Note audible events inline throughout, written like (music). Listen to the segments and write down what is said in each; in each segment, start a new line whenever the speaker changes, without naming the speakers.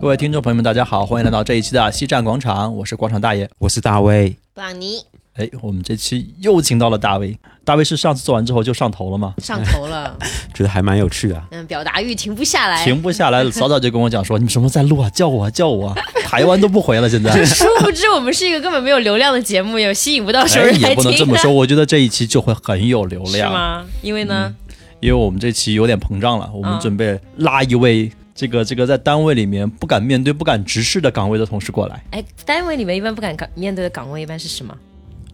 各位听众朋友们，大家好，欢迎来到这一期的西站广场，我是广场大爷。
我是大卫，
朗尼
哎，我们这期又请到了大卫，大卫是上次做完之后就上头了吗？
上头
(laughs)
了，
觉得还蛮有趣
(laughs)
的啊。
嗯，表达欲停不下来，
停不下来了，早早就跟我讲说，你们什么时候再录啊？叫我啊，叫我
(laughs)
啊，台湾都不回了，现在。
殊不知我们是一个根本没有流量的节目，也吸引不到熟
哎，
人来
也不能这
听
么
的，
说，我觉得这一期就会很有流
是
量，嗯
吗？因为呢，
因为我们这期有点膨胀了，我们
嗯
准备拉一位这个这个在单位里面不敢面对、不敢直视的岗位的同事过来。
哎，单位里面一般不敢岗面对的岗位一般是什么？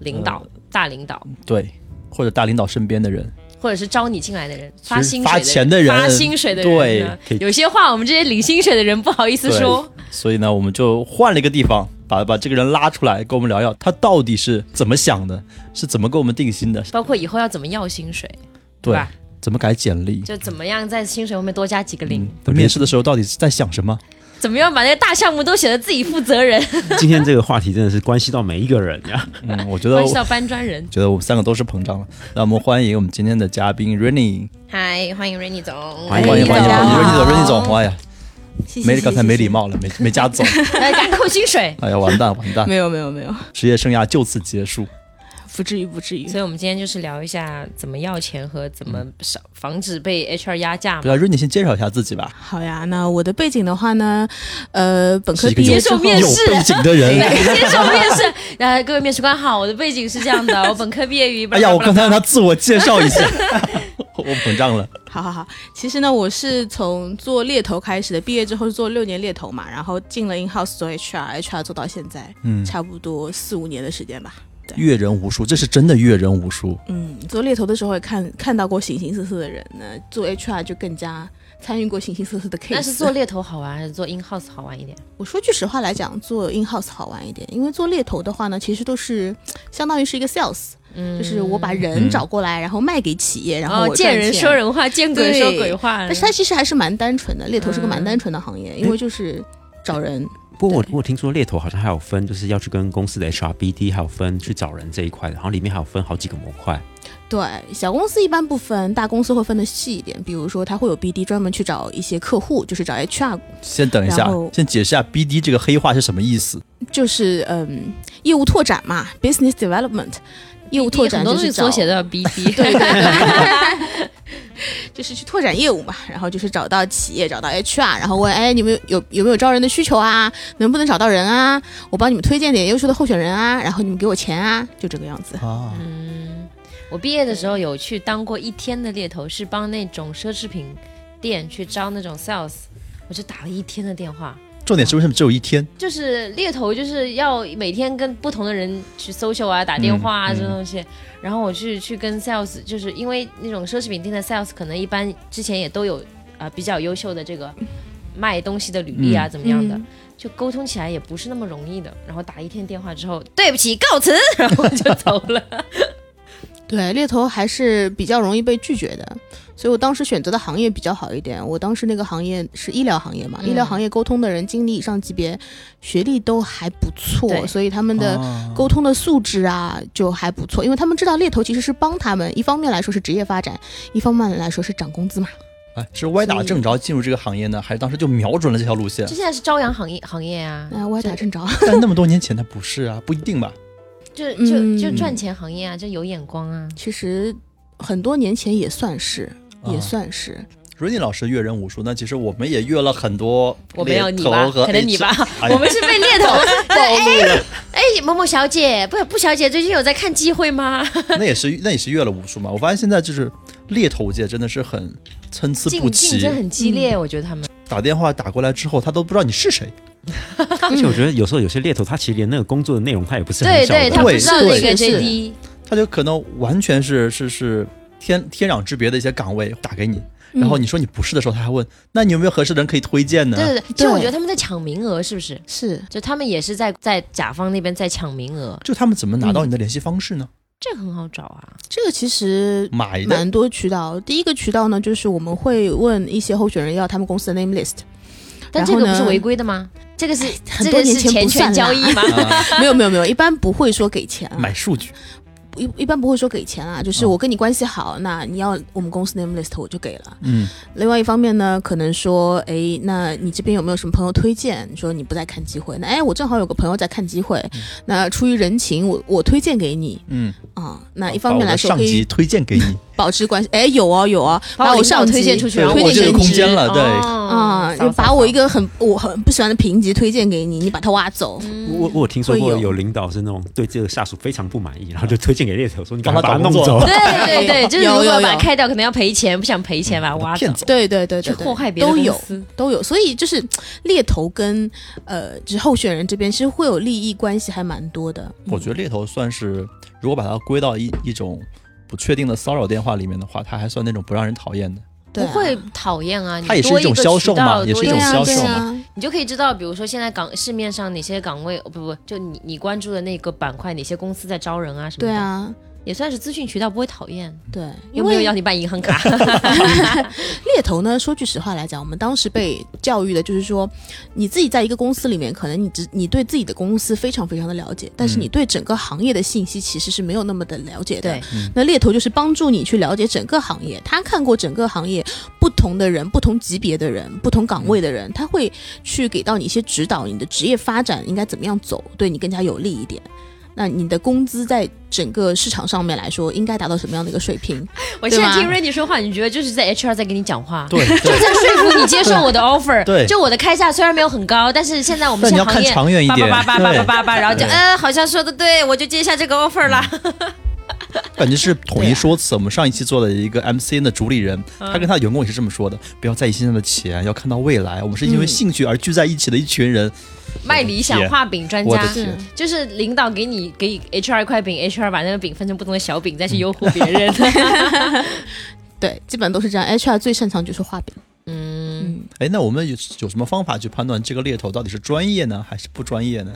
领导、
呃
大领导，
对，或者大领导身边的人，
或者是招你进来的人，发
是
薪
发
水
钱的人
发薪水的人呢，
对
有些话我们这些领薪水的人不好意
(laughs)
思
对
说。
所以呢，我们就换了一个地方，把把这个人拉出来，跟我们聊聊他到底是怎么想的，是怎么给我们定心的，
包括以后要怎么要薪水，对
对
吧，
怎么改简历，
就怎么样在薪水后面多加几个零，
嗯，他面试的时候到底是在想什么？
怎么样把那些大项目都写得自己负责人，
今天这个话题真的是关系到每一个人呀。
嗯，我觉得
(laughs) 关系到搬砖人。
觉得我们三个都是膨胀了。那我们欢迎我们今天的嘉宾 Rainy，
嗨，欢迎 Rainy 总，
欢迎
欢迎
大
欢迎
家好
Rainy 总 Rainy
(laughs)
总，哎呀，
谢谢
没刚才没礼，貌了，没没加走，
来赶扣薪水。
哎呀，完蛋完
谢谢谢谢
蛋，
没有没有没有， (laughs)
职业生涯就此结束。
不至于不至于。
所以，我们今天就是聊一下怎么要钱和怎么少防止被 HR 压价
不
嘛。
知道 Rainy 先介绍一下自己吧，
好呀，那我的背景的话呢，呃，本科
是一个
毕业
有
之
接
后
受面
有
试
背景的人。
(laughs) 接受面试，呃，各位面试官好，我的背景是这
(laughs)
样的，我本科毕业于……
哎呀，我 (laughs) 刚才让他自我介绍一下，我膨胀了。
好好好，其实呢，我是从做猎头开始的，毕业之后是做六年猎头嘛，然后进了 in house 做 HR，HR 做到现在，
嗯
差不多四五年的时间吧。
阅人无数，这是真的阅人无数。
嗯，做猎头的时候也看看到过形形色色的人呢，做 HR 就更加参与过形形色色的 case。
那是做猎头好啊玩还是做 in house 好玩一点？
我说句实话来讲，做 in house 好玩一点，因为做猎头的话呢，其实都是相当于是一个 sales，、
嗯，
就是我把
嗯
人找过来，然后卖给企业，
哎
然后我
哦，见人
赚钱
说。人话，见鬼
对
说鬼话。
但是它其实还是蛮单纯的，猎头是个蛮
嗯
单纯的行业，因为就是找人。
不过我
对
我听说猎头好像还有分，就是要去跟公司的 HRBD 还有分去找人这一块的，然后里面还有分好几个模块。
对，小公司一般不分，大公司会分的细一点。比如说，它会有 BD 专门去找一些客户，就是找 HR，
先等一下
然后，
先解释一下 BD 这个黑话是什么意思。
就是嗯，业务拓展嘛，business development，业务拓
很
展
多
就
东西
是找
缩写都要 (laughs) BD，
对对对，就是去拓展业务嘛，然后就是找到企业，找到 HR，然后问，哎，你们有有没有招人的需求啊？能不能找到人啊？我帮你们推荐点优秀的候选人啊，然后你们给我钱啊，就这个样子。
啊，
我毕业的时候有去当过一天的猎头，是帮那种奢侈品店去招那种 sales，我就打了一天的电话。
重点是为什么只有一天？
就是猎头就是要每天跟不同的人去 social 啊、打电话啊、
嗯
这种东西。然后我去去跟 sales，就是因为那种奢侈品店的 sales 可能一般之前也都有呃比较优秀的这个卖东西的履历啊、
嗯
怎么样的。
嗯
就沟通起来也不是那么容易的，然后打一天电话之后，对不起，告辞，然后我就走
(laughs)
了。
对，猎头还是比较容易被拒绝的，所以我当时选择的行业比较好一点。我当时那个行业是医疗行业嘛，
嗯
医疗行业沟通的人，经理以上级别，学历都还不错，
对
所以他们的
啊
沟通的素质啊就还不错，因为他们知道猎头其实是帮他们，一方面来说是职业发展，一方面来说是涨工资嘛。
哎是歪打正着进入这个行业呢，还是当时就瞄准了这条路线
这？现在是朝阳行业行业啊，
那哎呃歪打
就
正着，
但那么多年前他不是啊，不一定吧？
就就
嗯
就赚钱行业啊，就有眼光啊。
其实很多年前也算是，
啊
也算是。
Rainy 老师阅人无数，那其实我们也阅了很多
我没有你
猎
吧，
头和
可能你吧
HR，哎，呀
(laughs) 我们是被
(laughs)
猎头。
暴露了，
哎，某某小姐，不不，小姐最近有在看机会吗？
那也是那也是阅了无数嘛。我发现现在就是猎头界真的是很参差不
(laughs) 竞竞
齐，
争很激烈，我觉得他们
打电话打过来之后，他都不知道你是谁。
而且我觉得有时候有些猎头他其实连那个工作的内容他也不是很
对
晓得
对，他不知道
对
那个
是是
JD，
他就可能完全是是是天天壤之别的一些岗位打给你，
嗯
然
嗯
后你说你不是的时候，他还问，那你有没有合适的人可以推荐呢
对？对对，其实我觉得他们在抢名额，是不是？
是
就他们也是在在甲方那边在抢名额，
就他们怎么拿到你的联系方式呢？
这个很好找啊。
这个其实。
嗯
买的
蛮多渠道，第一个渠道呢，就是我们会问一些候选人要他们公司的 name list，
但
然
这
后
个不是
呢
违规的吗？这个
哎
是
很
这
多
个
年
是钱
前不算 (laughs)
权
啦
交易吗？
啊，
没有没有没有，一般不会说给钱啊，
买数据，
一一般不会说给钱啊，就是
嗯
我跟你关系好，那你要我们公司 name list 我就给了。
嗯
另外一方面呢，可能说，哎，那你这边有没有什么朋友推荐？你说你不在看机会，那哎，我正好有个朋友在看机会，那出于人情，我我推荐给你
嗯，
啊、那一方面
把我
来
的
说，
上
可
级
以
推荐给你，
保持关系。哎，有哦有哦，
(laughs) 把领
我
导
上级
推荐出去，
对
然后
推
我就
荐
有
给
空
你
间了对
啊、
啊
就把我一个很我很不喜欢的评级推荐给你，你把它挖走。
我我有听说
会
过
有
有领导是那种对自己的下属非常不满意，然后就推荐给猎头说你赶快
帮
把
他找
他
工
弄
作
走。
对对对，就是如
有有
果把它
有
开掉，可能要赔钱，不想赔钱把它挖走
骗，走。
对对对
去
对对，
祸害别的
都
公
有
司。
都有，所以就是猎头跟呃，就是候选人这边其实会有利益关系，还蛮多的。
嗯
嗯
我觉得猎头算是，如果把它归到一一种不确定的骚扰电话里面的话，它还算那种不让人讨厌的。
对啊
不会讨厌啊，你
它也是
多
一种
个
销
渠
售
道
嘛也
多
是
一
一
个
种
渠
对啊
销
对
售嘛
啊，
你就可以知道，比如说现在岗市面上哪些岗位，哦不不，就你你关注的那个板块，哪些公司在招人啊什么的，
对，啊，
也算是资讯渠道，不会讨厌。
对，啊因
有没有
为
要你办银行 (laughs) 卡？
猎头呢，说句实话来讲，我们当时被教育的就是说，你自己在一个公司里面，可能你只你对自己的公司非常非常的了解，但是
嗯
你对整个行业的信息其实是没有那么的了解的。
对，
那猎头就是帮助你去了解整个行业，他看过整个行业不同的人、不同级别的人、不同岗位的人，他会去给到你一些指导，你的职业发展应该怎么样走，对你更加有利一点。那你的工资在整个市场上面来说，应该达到什么样的一个水平？
我现在
对
听
吧
Rainy 说话，你觉得就是在 HR 在跟你讲话， (laughs)
对，对
在说服你接受我的 offer。
对
就我的开价虽然没有很高，但是现在我们
但你
这
要
行
看
业
长远一
叭
点，
叭叭叭叭叭叭，然后就
对嗯
嗯，好像说的对，我就接下这个 offer 啦。
感觉是统一说辞。我们上一期做的一个 MCN 的主理人，
嗯
他跟他的员工也是这么说的：不要在意现在的钱，要看到未来。我们是因
嗯
为兴趣而聚在一起的一群人。
卖理想画饼专
我
家嗯
的，天，
就是领导给你给 HR 一块饼，HR 把那个饼分成不同的小饼，再
嗯
去诱惑别人。
(laughs)
对，基本都是这样。HR 最擅长就是画饼。
嗯，
哎，那我们有有什么方法去判断这个猎头到底是专业呢，还是不专业呢？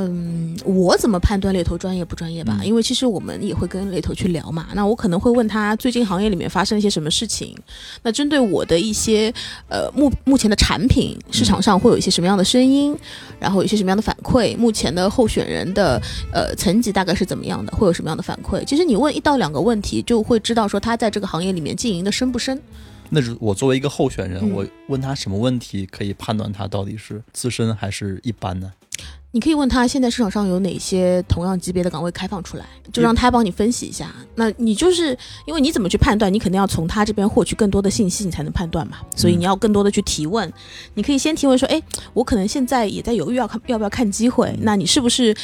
嗯，我怎么判断猎头专业不专业吧？
嗯
因为其实我们也会跟猎头去聊嘛。那我可能会问他最近行业里面发生了一些什么事情。那针对我的一些呃目目前的产品市场上会有一些什么样的声音，然后有一些什么样的反馈？目前的候选人的呃层级大概是怎么样的？会有什么样的反馈？其实你问一到两个问题，就会知道说他在这个行业里面经营的深不深。
那如我作为一个候选人，
嗯
我问他什么问题可以判断他到底是资深还是一般呢？
你可以问他现在市场上有哪些同样级别的岗位开放出来，就让他帮你分析一下。那你就是因为你怎么去判断，你肯定要从他这边获取更多的信息，你才能判断嘛。所以
嗯
你要更多的去提问，你可以先提问说，哎，我可能现在也在犹豫要看要不要看机
嗯
会，那你是不是？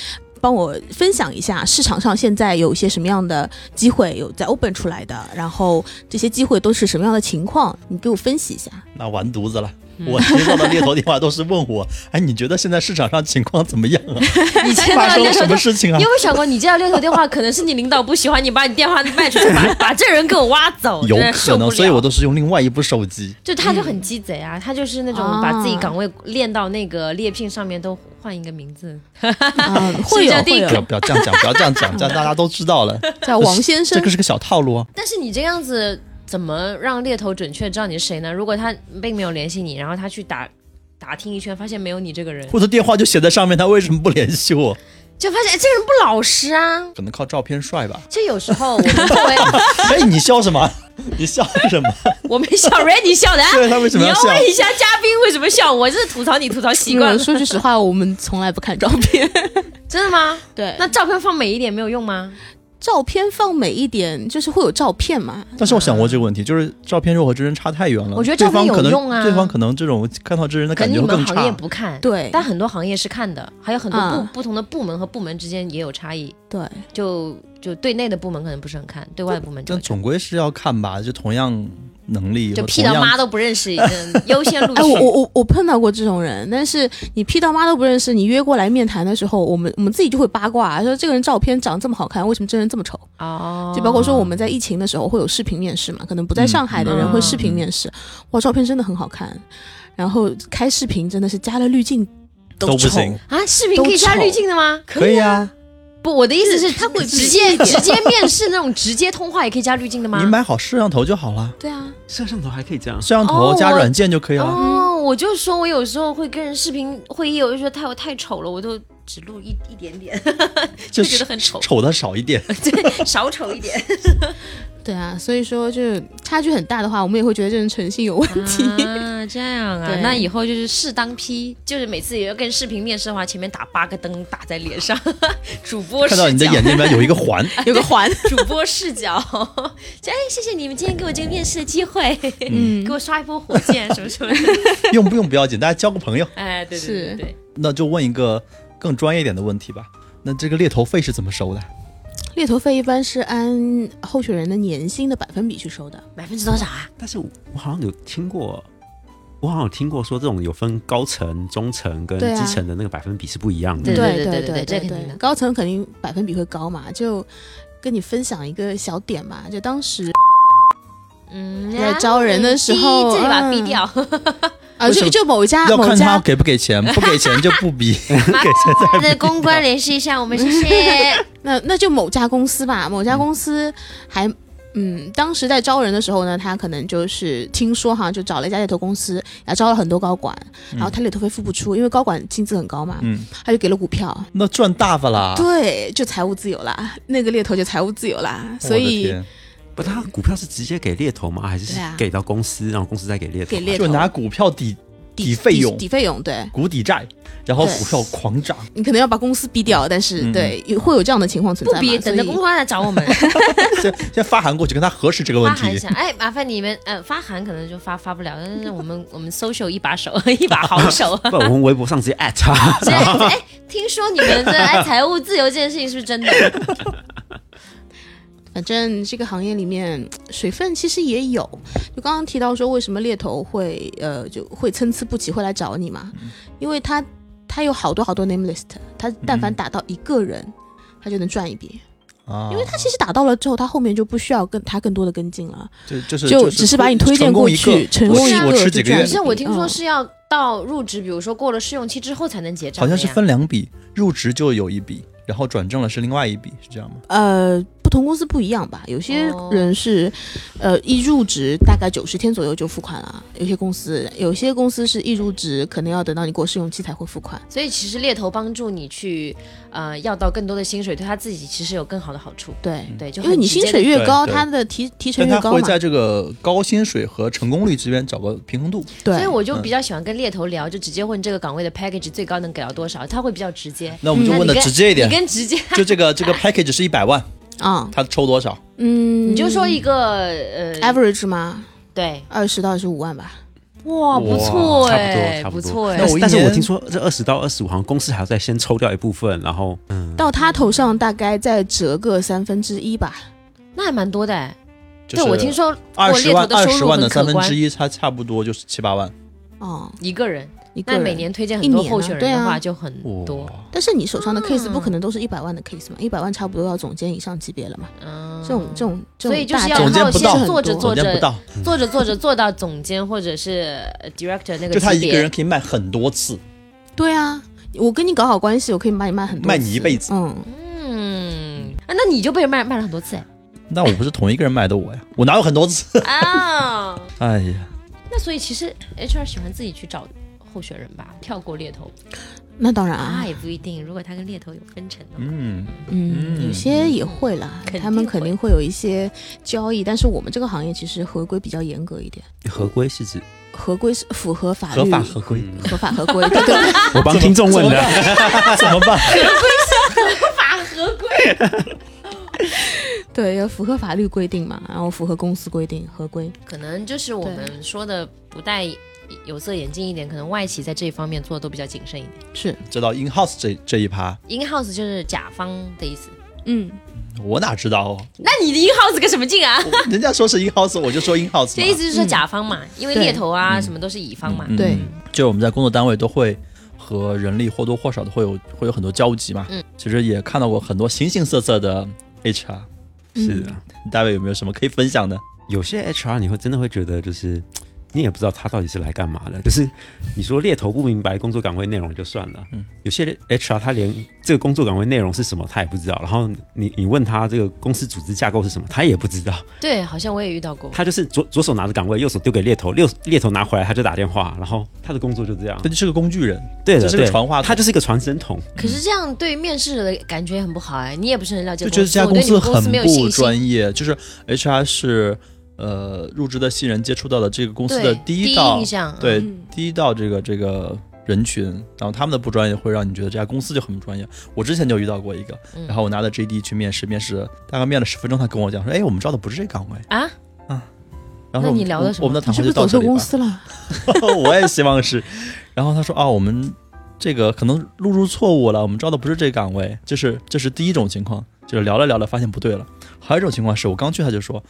帮我分享一下市场上现在有一些什么样的机会有在 open 出来的，然后这些机会都是什么样的情况？你给我分析一下。
那完犊子了。
嗯
我接到的猎头电话都是问我， (laughs) 哎，你觉得现在市场上情况怎么样
(laughs)
啊？
你接
发
到
生
猎
了
头
什么
电话，
事情啊
你有？没有想过，你接到猎头电话，可能是你领导不喜欢你，把你电话
(laughs)
卖出去，把把这人给我挖走，
有
真的
可
受不
能，
了
所以我都是用另外一部手机。
就他就很鸡贼啊，他就是那种
啊
把自己岗位练到那个猎聘上面都换一个名字，
嗯，
(laughs)
会有
是这
会
第一
有
哦不要，不要这样讲，不要这样讲，这样大家都知
(laughs)
道了。
叫王先生
这个是个小套路啊。
但是你这样子怎么让猎头准确知道你是谁呢？如果他并没有联系你，然后他去打打听一圈，发现没有你这个人，
我的电话就写在上面，他为什么不联系我？
就发现哎这人不老实
(laughs)
啊。
可能靠照片帅
(laughs)
吧。
就有时候我们作为
哎，你笑什么？你笑什
(laughs)
么？
我没笑，Randy 笑的、啊，
对他为什么
你
要
要
笑？
问一下嘉宾为什么笑，我就是吐槽你吐槽习惯
嗯
了，
(laughs) 说句实话，我们从来不看照片。
真的吗？
(laughs) 对
那
那
照片放美一点没有用吗？
照片放美一点，就是会有照片嘛？
但是我想过这个问题，就是照片如果和真人差太远了。
我觉得
对
照
方
片有
可能
用啊
对方可能这种看到真人的
可
感
能
觉
你
会
们
更
行业
差。
不看，
对
但很多行业是看的，还有很多不、
嗯
不同的部门和部门之间也有差异，
对，
就就对内的部门可能不是很看，对外的部门就
但
会看
总归是要看吧，就同样能力，
就
和
P
同
到
样
妈都不认识，嗯，优先录
哎，我
取。
我我我碰到过这种人，但是你 P 到妈都不认识，你约过来面谈的时候，我们我们自己就会八卦，说这个人照片长这么好看，为什么真人这么丑？
哦，
就包括说我们在疫情的时候会有视频面试嘛，可能不在上
嗯
海的人会视频面试，哇，照片真的很好看，然后开视频真的是加了滤镜
都
丑
不行，
啊，视频可以加滤镜的吗？
可以啊。
不，我的意思是，
它会
直接直接面试那种直接通话也可以加滤镜的吗
你？买好摄像头就好了，
对啊，
摄像头还可以这样，
摄像头
哦
加
我
软件就可以了。
哦，我就说我有时候会跟人视频会议，我就说太我太丑了，我都只录一一点点， (laughs)
就
觉
是
得很丑，
丑的少一点。
对，少丑一点。
对啊，所以说就是差距很大的话，我们也会觉得这人诚信有问题。
(laughs)
(laughs)
(laughs) 啊，这样啊
对，
那以后就是适当批，就是每次也要跟视频面试的话，前面打八个灯打在脸上， (laughs) 主播视
看
角，
到你的眼睛里面有一个环， (laughs)
有个环，
主播视角， (laughs) 就哎，谢谢你们今天给我这个面试的机会，
嗯
给我刷一波火箭什么什么的，
用不用不要紧，大家交个朋友。
哎，对对对对对，
那就问一个更专业一点的问题吧。那这个猎头费是怎么收的？
猎头费一般是按候选人的年薪的百分比去收的。
百分之多少啊？
但是我我好像有听过，我好像有听过说这种有分高层、中层跟
对啊
基层的那个百分比是不一样的。
对对
对对
对这肯定的
高层肯定百分比会高嘛。就跟你分享一个小点嘛，就当时
嗯，
在招人的时
逼
候
自己把它逼
嗯
掉，
啊，
为什
就
么
就某家
要
某
看他
家，
给不给
(laughs)
钱，不给钱就不比。
他的公关联系一下我们，谢
(laughs)
谢。
那那就某家公司吧，某家公司还。嗯，当时在招人的时候呢，他可能就是听说哈，就找了一家猎头公司，然后招了很多高管，然后他猎头费付不出，因为高管薪资很高嘛，
嗯，
他就给了股票，
那赚大发啦！
(laughs) 对，就财务自由啦，那个猎头就财务自由啦，
我
所
的
以
天
不，他股票是直接给猎头吗？还是
对啊
给到公司，然后公司再给猎头？
给猎
就
头
拿股票抵抵费用、
抵费用，对
股抵债，然后
对
股票狂涨。
你可能要把公司逼掉，但是、
嗯
对有会有这样的情况存
不
在嘛。
逼，等着
所以
公关来找我
(laughs)
们
先先发函过去跟他核实这个问
发函一
题。
下。哎，麻烦你们，呃，发函可能就发发不 (laughs) 了，但是我们我们 social 一把手， (laughs) 一把好
(laughs)
手。
不，我们微博上直接 at 他。
这哎，听说你们这哎财务自由这件事情是不是
(laughs)
真的？
反正这个行业里面水分其实也有，就刚刚提到说为什么猎头会呃就会参差不齐会来找你嘛，
嗯
因为他他有好多好多 name list，他但凡
嗯
打到一个人。他就能赚一笔，
啊，
因为他其实打到了之后，他后面就不需要跟他更多的跟进了，
就就是
就只是把你推荐过去，成
功
功一
一
个
个，我吃我吃几
就
个
赚
月
可
一
是我
笔
听说
嗯
是要到入职，比如说过了试用期之后才能结账，
好像是。分两笔，入职就有一笔，然后转正了是另外一笔，是这样吗？
呃，不同公司不一样吧，有些
哦
人是，呃，一入职大概九十天左右就付款了，有些公司，有些公司是一入职可能要等到你过试用期才会付款。
所以其实猎头帮助你去呃要到更多的薪水，对他自己其实有更好的好处。
对，
对，就
因为
很
你
直接
薪水
地
越
对
高，
对
它的提提成
但
越
他
高
会
嘛。
在这个高薪水和成功率之间找个平衡度。
对，
所以我就比较喜欢跟猎头聊，就直接问这个岗位的 package 最高能给到多少，他会比较直接。
那我们就
嗯
问的
那你跟
直接一
你
点，
跟直接， (laughs)
就这个这个 package 是一百万，
啊，
他抽多少？
嗯，
你就说一个呃，
average 吗？
对，
二十到二十五万吧。
哇，哦不
哇
差不多
错哎，
差不
不
多
错哎
那，我一
但是我
年
听说这二十到二十五，好像公司还要再先抽掉一部分，然后嗯，
到他头上大概再折个三分之一吧。
那还蛮多的哎。
就
对，
是
我听说
二
过
十
猎
万
头
二
的
十
收入
万
很
的三
可
分
观
之，一，他差不多就是七八万。
哦，
一个人，
一个
那
人
每年推荐
一
很多
年
候
啊
选
对
人的
啊
话就很多，
哇
但是你手上的 case 不
嗯
可能都是一百万的 case 嘛，一百万差不多要总监以上级别了嘛。
嗯，
这种这种这
所
种大，
以就是要
总监
靠
不到
先做着
总
很多
做
监不
着
到，
做着做着做到总监或者是呃 director 那个
就他
级
一个人
别，
可以卖很多次，
对啊，我跟你搞好关系，我可以卖你卖很多次，
卖你一辈子
嗯，
嗯，啊，那你就被卖卖了很多次哎
那我不是同一个人卖的我呀，我哪有很多次？
啊。
哎呀，
(laughs) 那所以其实 HR 喜欢自己去找候选人吧，跳过猎头
那当然
啊
啊，
也不一定，如果他跟猎头有分成的话，
嗯，
嗯，有些也会啦，
肯定
他们
会
肯定会有一些交易，但是我们这个行业其实合规比较严格一点，
合规是指
合规是符合法律
合法合规，
合法合 (laughs) 规，对对对，
我帮听众问的，
怎么办？ (laughs)
法合规。
对要符合法律规定嘛，然后符合公司规定合规，
可能就是我们说的不戴有色眼镜一点，可能外企在这一方面做的都比较谨慎一点。
是，
知道 in house 这这一趴，
In house 就是甲方的意思，
嗯，
我哪知道哦？ (laughs)
那你的 in house 个什么劲啊？嗯
我人家说是 in house，我就说 in house
这意
嘛。
思 (laughs) 就是说甲方嘛，因为
对
猎头啊什么都是乙方嘛。
对，
嗯就我们在工作单位都会和人力或多或少的会有会有很多交集嘛。
嗯，
其实也看到过很多形形色色的 HR，
是啊，
大卫有没有什么可以分享的？
有些 HR 你会真的会觉得就是你也不知道他到底是来干嘛的。就是你说猎头不明白工作岗位内容就算了，有些 HR 他连这个工作岗位内容是什么他也不知道，然后你你问他这个公司组织架构是什么，他也不知道。
对，好像我也遇到过。
他就是左左手拿着岗位，右手丢给猎头，猎猎头拿回来他就打电话，然后他的工作就这样。
他就是个工具人，
对的，
这是个
对
传话筒
他就是一个传声筒。
可是这样对面试的感觉很不好哎，你也不是很了解
就
公司，
觉得这家
我对你
司
们公
很
司没有
不
信心。
专业，就是 HR 是呃入职的新人接触到的这个公司的
对，
第
第
一道
印象，
对
嗯
第一道这个这个人群，然后他们的不专业会让你觉得这家公司就很不专业。我之前就遇到过一个，
嗯
然后我拿着 JD 去面试，面试大概面了十分钟，他跟我讲说：“哎，我们招的不是这岗位。
啊，”
然后
那
我
你
们
聊的什么
我们的
你
谈
是
话
不
就是到
走
这
错
里
公
吧。
司了？
(laughs) 我也希望是。然后他说啊，我们这个可能录入错误了，我们招的不是这岗位，这是这是第一种情况，就是聊着聊着发现不对了。还有一种情况是我刚去他就说，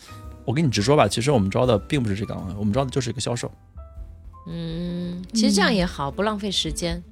我跟你直说吧，其实我们招的并不是这岗位，我们招的就是一个销售，
嗯，其实这样也好，不浪费时间。
嗯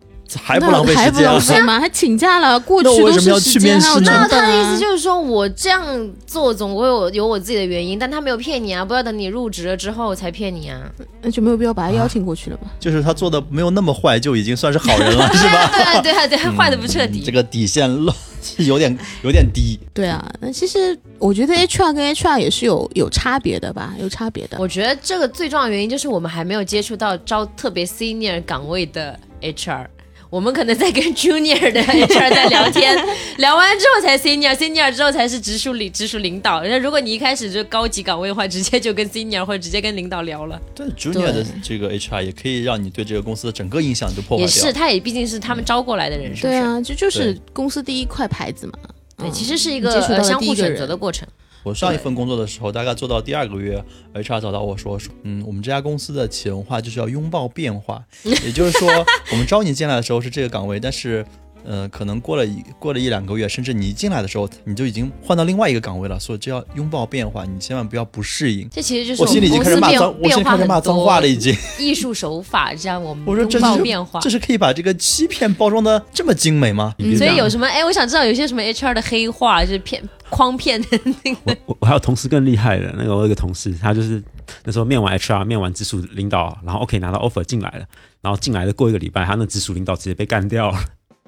还不浪费时
还不
间
浪
啊。
费吗？还请假了，过去
那我为
都
什么要
是
去
时间
面试
还有
呢
成
那
那
本
他的意
啊
思。就是说我这样做总归有有我自己的原因，但他没有骗你啊，不要等你入职了之后才骗你啊。
那就没有必要把他邀请过去了吧？
(laughs) 就是他做的没有那么坏，就已经算是好人了，是吧？
(laughs)
嗯
对啊，对啊，对啊，坏的不彻底。
这个底线 (laughs) 落是有点有点低。
对啊，那其实我觉得 HR 跟 HR 也是有有差别的吧，有差别的。
我觉得这个最重要的原因就是我们还没有接触到招特别 senior 岗位的 HR。我们可能在跟 junior 的 HR 在聊
(laughs)
天，聊完之后才 senior，senior 之后才是直属领直属领导。那如果你一开始就高级岗位的话，直接就跟 senior 或者直接跟领导聊了，
但 junior 的这个 HR 也可以让你对这个公司的整个印象就破坏
也
掉。
是，他也毕竟是他们招过来的人，是不
对
是？
啊，这就是
对
公司第一块牌子嘛。
对，
嗯
其实是一个
你接触到
呃
的
相
第
互
一个
选
人
择的过程。
我上一份工作的时候，大概做到第二个月，HR 找到我说说，嗯，我们这家公司的企业文化就是要拥抱变
(laughs)
化，也就是说，我们招你进来的时候是这个岗位，但是。呃，可能过了一过了一两个月，甚至你一进来的时候，你就已经换到另外一个岗位了，所以就要拥抱变化，你千万不要不适应。
这其实就是
我
们
心里已经
公
开
司
始骂
变
脏，我心里
变化
开始
很
骂
多
脏话了，已
(laughs)
经。
艺术手法这样我们
我说这
拥抱
是
变化
这。是可以把这个欺骗包装的这么精美吗？
你别
所
这
以
样
有什么？哎，我想知道有些什么 HR 的黑话，就是骗诓骗的那个。 (laughs)
我我我还有同事更厉害的，那个我有一个同事，他就是那时候面完 HR，面完直属领导，然后 OK 拿到 offer 进来了，然后进来的过一个礼拜，他那直属领导直接被干掉了，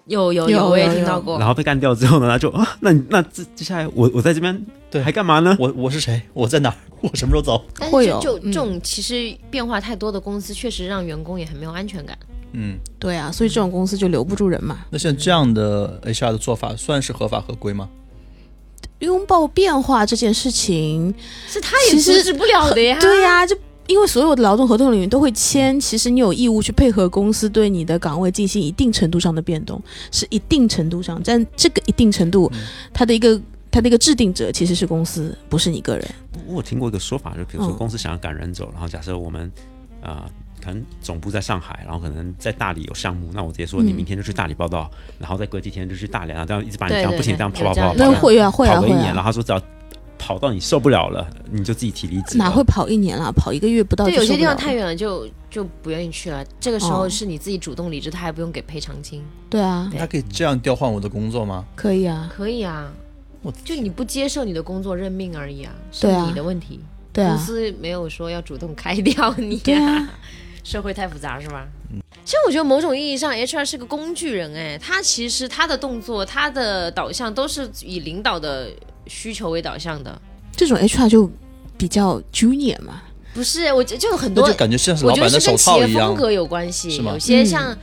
有有
有
我也
有
听
有
到过
然。后被干掉之后呢，他就啊，那你那这接下来我我在这边
对
还干嘛呢？
我我是谁？我在哪儿？我什么时候走？
但
会
是就
有
就这
嗯
种其实变化太多的公司，确实让员工也很没有安全感。
嗯，
对啊，所以这种公司就留不住人嘛。
那像这样的 HR 的做法算是合法合规吗？
拥抱变化这件事情，
是他也
其
阻
实
止不了的呀。
对呀、这因为所有的劳动合同里面都会签，其实你有义务去配合公司对你的岗位进行一定程度上的变动，是一定程度上，但这个一定程度，它的一个它的一个制定者其实是公司，不是你个人。
我有听过一个说法，就比如说
嗯
公司想要赶人走，然后假设我们啊、呃可能总部在上海，然后可能在大理有项目，那我直接说
嗯
你明天就去大理报道，然后再隔几天就去大连啊，这样一直把你这
对
样
对
不停
对
这样跑
有
跑
这样
跑跑
有这
那
跑
样
跑
会啊会啊
跑个
会
一年，然后
啊，
他说只要跑到你受不了了，你就自己提离职啊了。
哪会跑一年啦？跑一个月不到就
对，有
受
些
哦不
地方
了
太远了就就不愿意去了。这个时候
哦
是你自己主动离职，他还不用给赔偿金。
对啊，
对
他可以这样调换我的工作吗？
可以啊，
可以啊
我，
就你不接受你的工作任命而已啊，是
对啊
你的问题。
对
公
啊，
司没有说要主动开 (laughs) 掉你、
对啊，
社会太复杂是吧？
嗯
其实我觉得某种意义上，HR 是个工具人，哎，他其实他的动作、他的导向都是以领导的需求为导向的，
这种 HR 就比较 junior 嘛，
不是？我觉得就有很
那
多
就，感觉像是
我
老
觉得
板的
是
手
跟企
套
业
一样
风。格有关系，
是吗
有些
嗯
像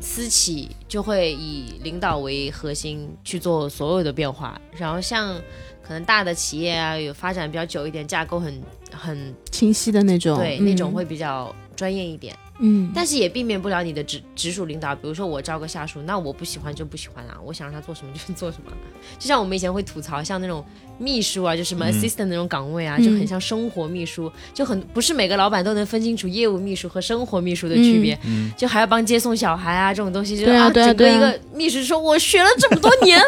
私企就会以领导为核心去做所有的变化，然后像可能大的企业啊，有发展比较久一点，架构很很
清晰的那种，
对、
嗯
那种会，比较专业一点。
嗯，
但是也避免不了你的直直属领导，比如说我招个下属，那我不喜欢就不喜欢啊，我想让他做什么就做什么。就像我们以前会吐槽，像那种秘书啊，就什么
嗯
assistant 那种岗位啊，
嗯
就很像生活秘书，就很不是每个老板都能分清楚业务秘书和生活秘书的区别。
嗯，
就还要帮接送小孩啊，这种东西，就是
对啊对啊
整个
对啊
一个秘书说，我学了这么多年，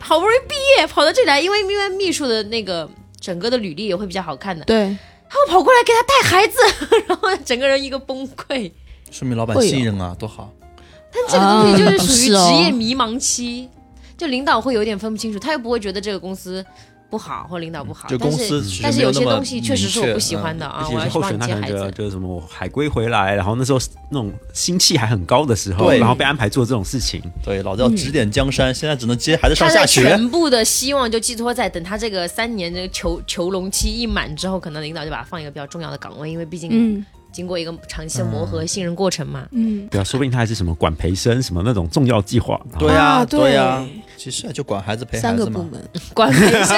好不容易毕业，跑到这里来，因为因为秘书的那个整个的履历也会比较好看的，
对，
他跑过来给他带孩子， (laughs) 然后整个人一个崩溃。
说明老板
会有
信任啊，多好。
但这个东西就是属于
啊是哦
职业迷茫期，就领导会有点分不清楚，他又不会觉得这个公司不好或领导不好，
就
但
公
是
司其实
但是
没
有些
那么
东西确实是我不喜欢
明
的啊
而，且
我
有
要
些
去
候
帮
选
你
他
接
可能
孩
觉得
子。
就是什么我海归回来，然后那时候那种心气还很高的时候，
对
然后被安排做这种事情，
确。嗯对，老子要指点江山，现在只能接孩子上
嗯他
下
的
学。
全部的希望就寄托在等他这个三年的囚囚笼期一满之后，可能领导就把他放一个比较重要的岗位，因为毕竟
嗯
经过一个长期的磨合、信任过程嘛。
嗯，
对啊，说不定他还是什么管培生什么那种重要计划，然后
对呀、
啊对
对呀、其实啊就管孩子陪
三
孩
个
子
部
嘛。
门，
管培生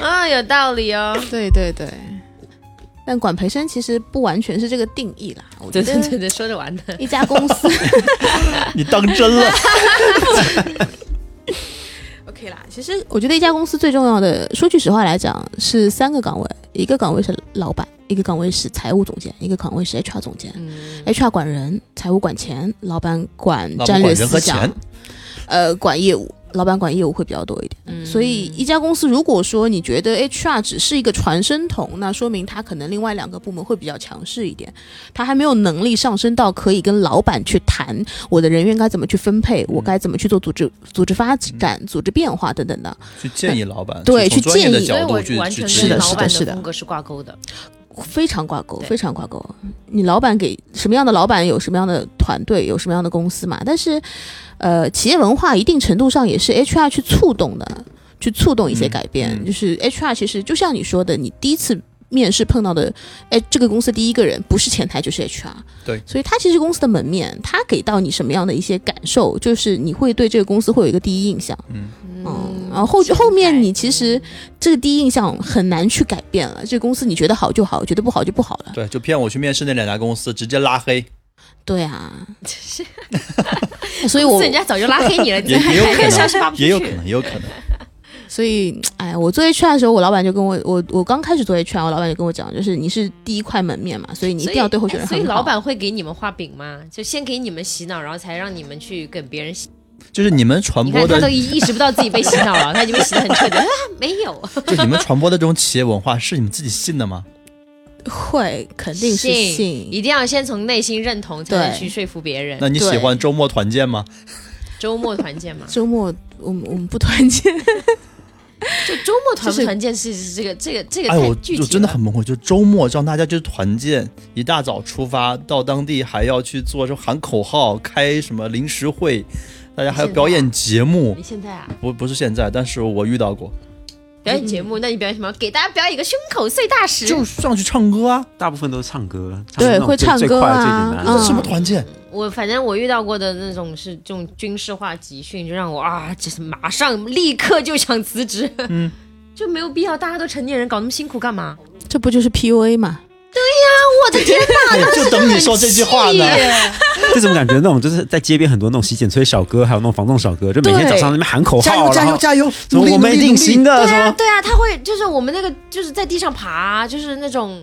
啊，有道理哦。
对对对。但管培生其实不完全是这个定义啦，我觉
对对对
得
对，说着玩的。
一家公司
你当真
(laughs)
了？
OK 啦。其实我觉得一家公司最重要的，说句实话来讲，是三个岗位，一个岗位是老板，一个岗位是财务总监，一个岗位是 HR 总监。
嗯，
HR 管人，财务管钱，老板管
老
战
板
略
管人
思
和
想
钱，，
呃，管业务，老板管业务会比较多一点。所以一家公司如果说你觉得 HR 只是一个传声筒，那说明他可能另外两个部门会比较强势一点，他还没有能力上升到可以跟老板去谈我的人员该怎么去分配，
嗯
我该怎么去做组织、组织发展、组织变化等等的。
去建议老板，
对
从
去
专业的
建议
所以
角
我
度去
完
去
全
指
是
引
跟
的
老
他
板
是的
风格是挂钩的。
非常挂钩，
对
非常挂钩。你老板给什么样的老板，有什么样的团队，有什么样的公司嘛？但是，呃，企业文化一定程度上也是 HR 去触动的，去触动一些
嗯
改变。
嗯
就是 HR 其实就像你说的，你第一次面试碰到的，哎，这个公司第一个人不是前台就是 HR，
对
所以他其实公司的门面，他给到你什么样的一些感受，就是你会对这个公司会有一个第一印象。嗯，然后后后面你其
嗯
实这个第一印象很难去改变了，这个公司你觉得好就好，觉得不好就不好了。
对，就骗我去面试那两家公司，直接拉
(laughs)
黑，
对啊， (laughs) 所以我
是人家早就拉黑
(laughs)
你了，你
也也有
(laughs)
可
还消息发
能，
不出去
也有可能，也有可能。
所以哎，我做 HR 的时候，我老板就跟我我我刚开始做 HR，我老板就跟我讲，就是你是第一块门面嘛，嗯所以你一定要对候选人
所以
很好
老板会给你们画饼吗？就先给你们洗脑，然后才让你们去跟别人洗。
就是你们传
你
播
看他
的
都意识不到自己被洗脑了，他已经被洗得很
(laughs)
彻底。啊，没有，
(laughs) 就你们传播的这种企业文化是你们自己信的吗？
会 (laughs) 肯定是信。
一定要先从内心认同，才能
对
去说服别人
那。你喜欢周末团建吗？
周末团建嘛，
周末我们我们不团建，
就周末团不
就是
团建是这个这个这个
哎，
太
我
具体
我
了，
真的很崩溃，就周末让大家去团建，一大早出发到当地，还要去做什么喊口号、开什么临时会，大家还要表演节目
你。现在啊，
不不是现在，但是我遇到过，
表演节
嗯
目，那你表演什么？给大家表演一个胸口碎大石。
就上去唱歌啊，
大部分都是唱歌，
对
那种
会
最
唱
最
歌
快
啊
最简单
嗯
这
的
什么团建？
我反正我遇到过的那种是这种军事化集训，就让我啊，这是马上立刻就想辞职，嗯， (laughs) 就没有必要，大家都成年人搞那么辛苦干嘛？
这不就是 PUA 嘛？
哦我的天，
我哎就等你说这句话呢。
这种感觉，那种就是在街边很多那种洗剪吹小哥，还有那种防冻小哥，就每天
对
早上在那边喊口
加
号，
油加
然
油
后
加油！
什么我们一定行
的。
的，
对
什
啊
么。
(laughs) 对啊，他会就是我们那个就是在地上爬，啊就是那种。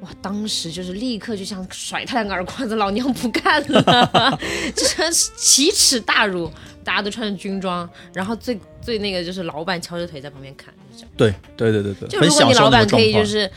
哇！当时就是立刻就想甩他两个耳光子，老娘不干了， (laughs) 就是奇耻大辱。大家都穿着军装，然后最最那个就是老板翘着腿在旁边看，就这样。
对对对对对，
就
很
如果
享
你
受
老
那
板
种状
可以就
况。
是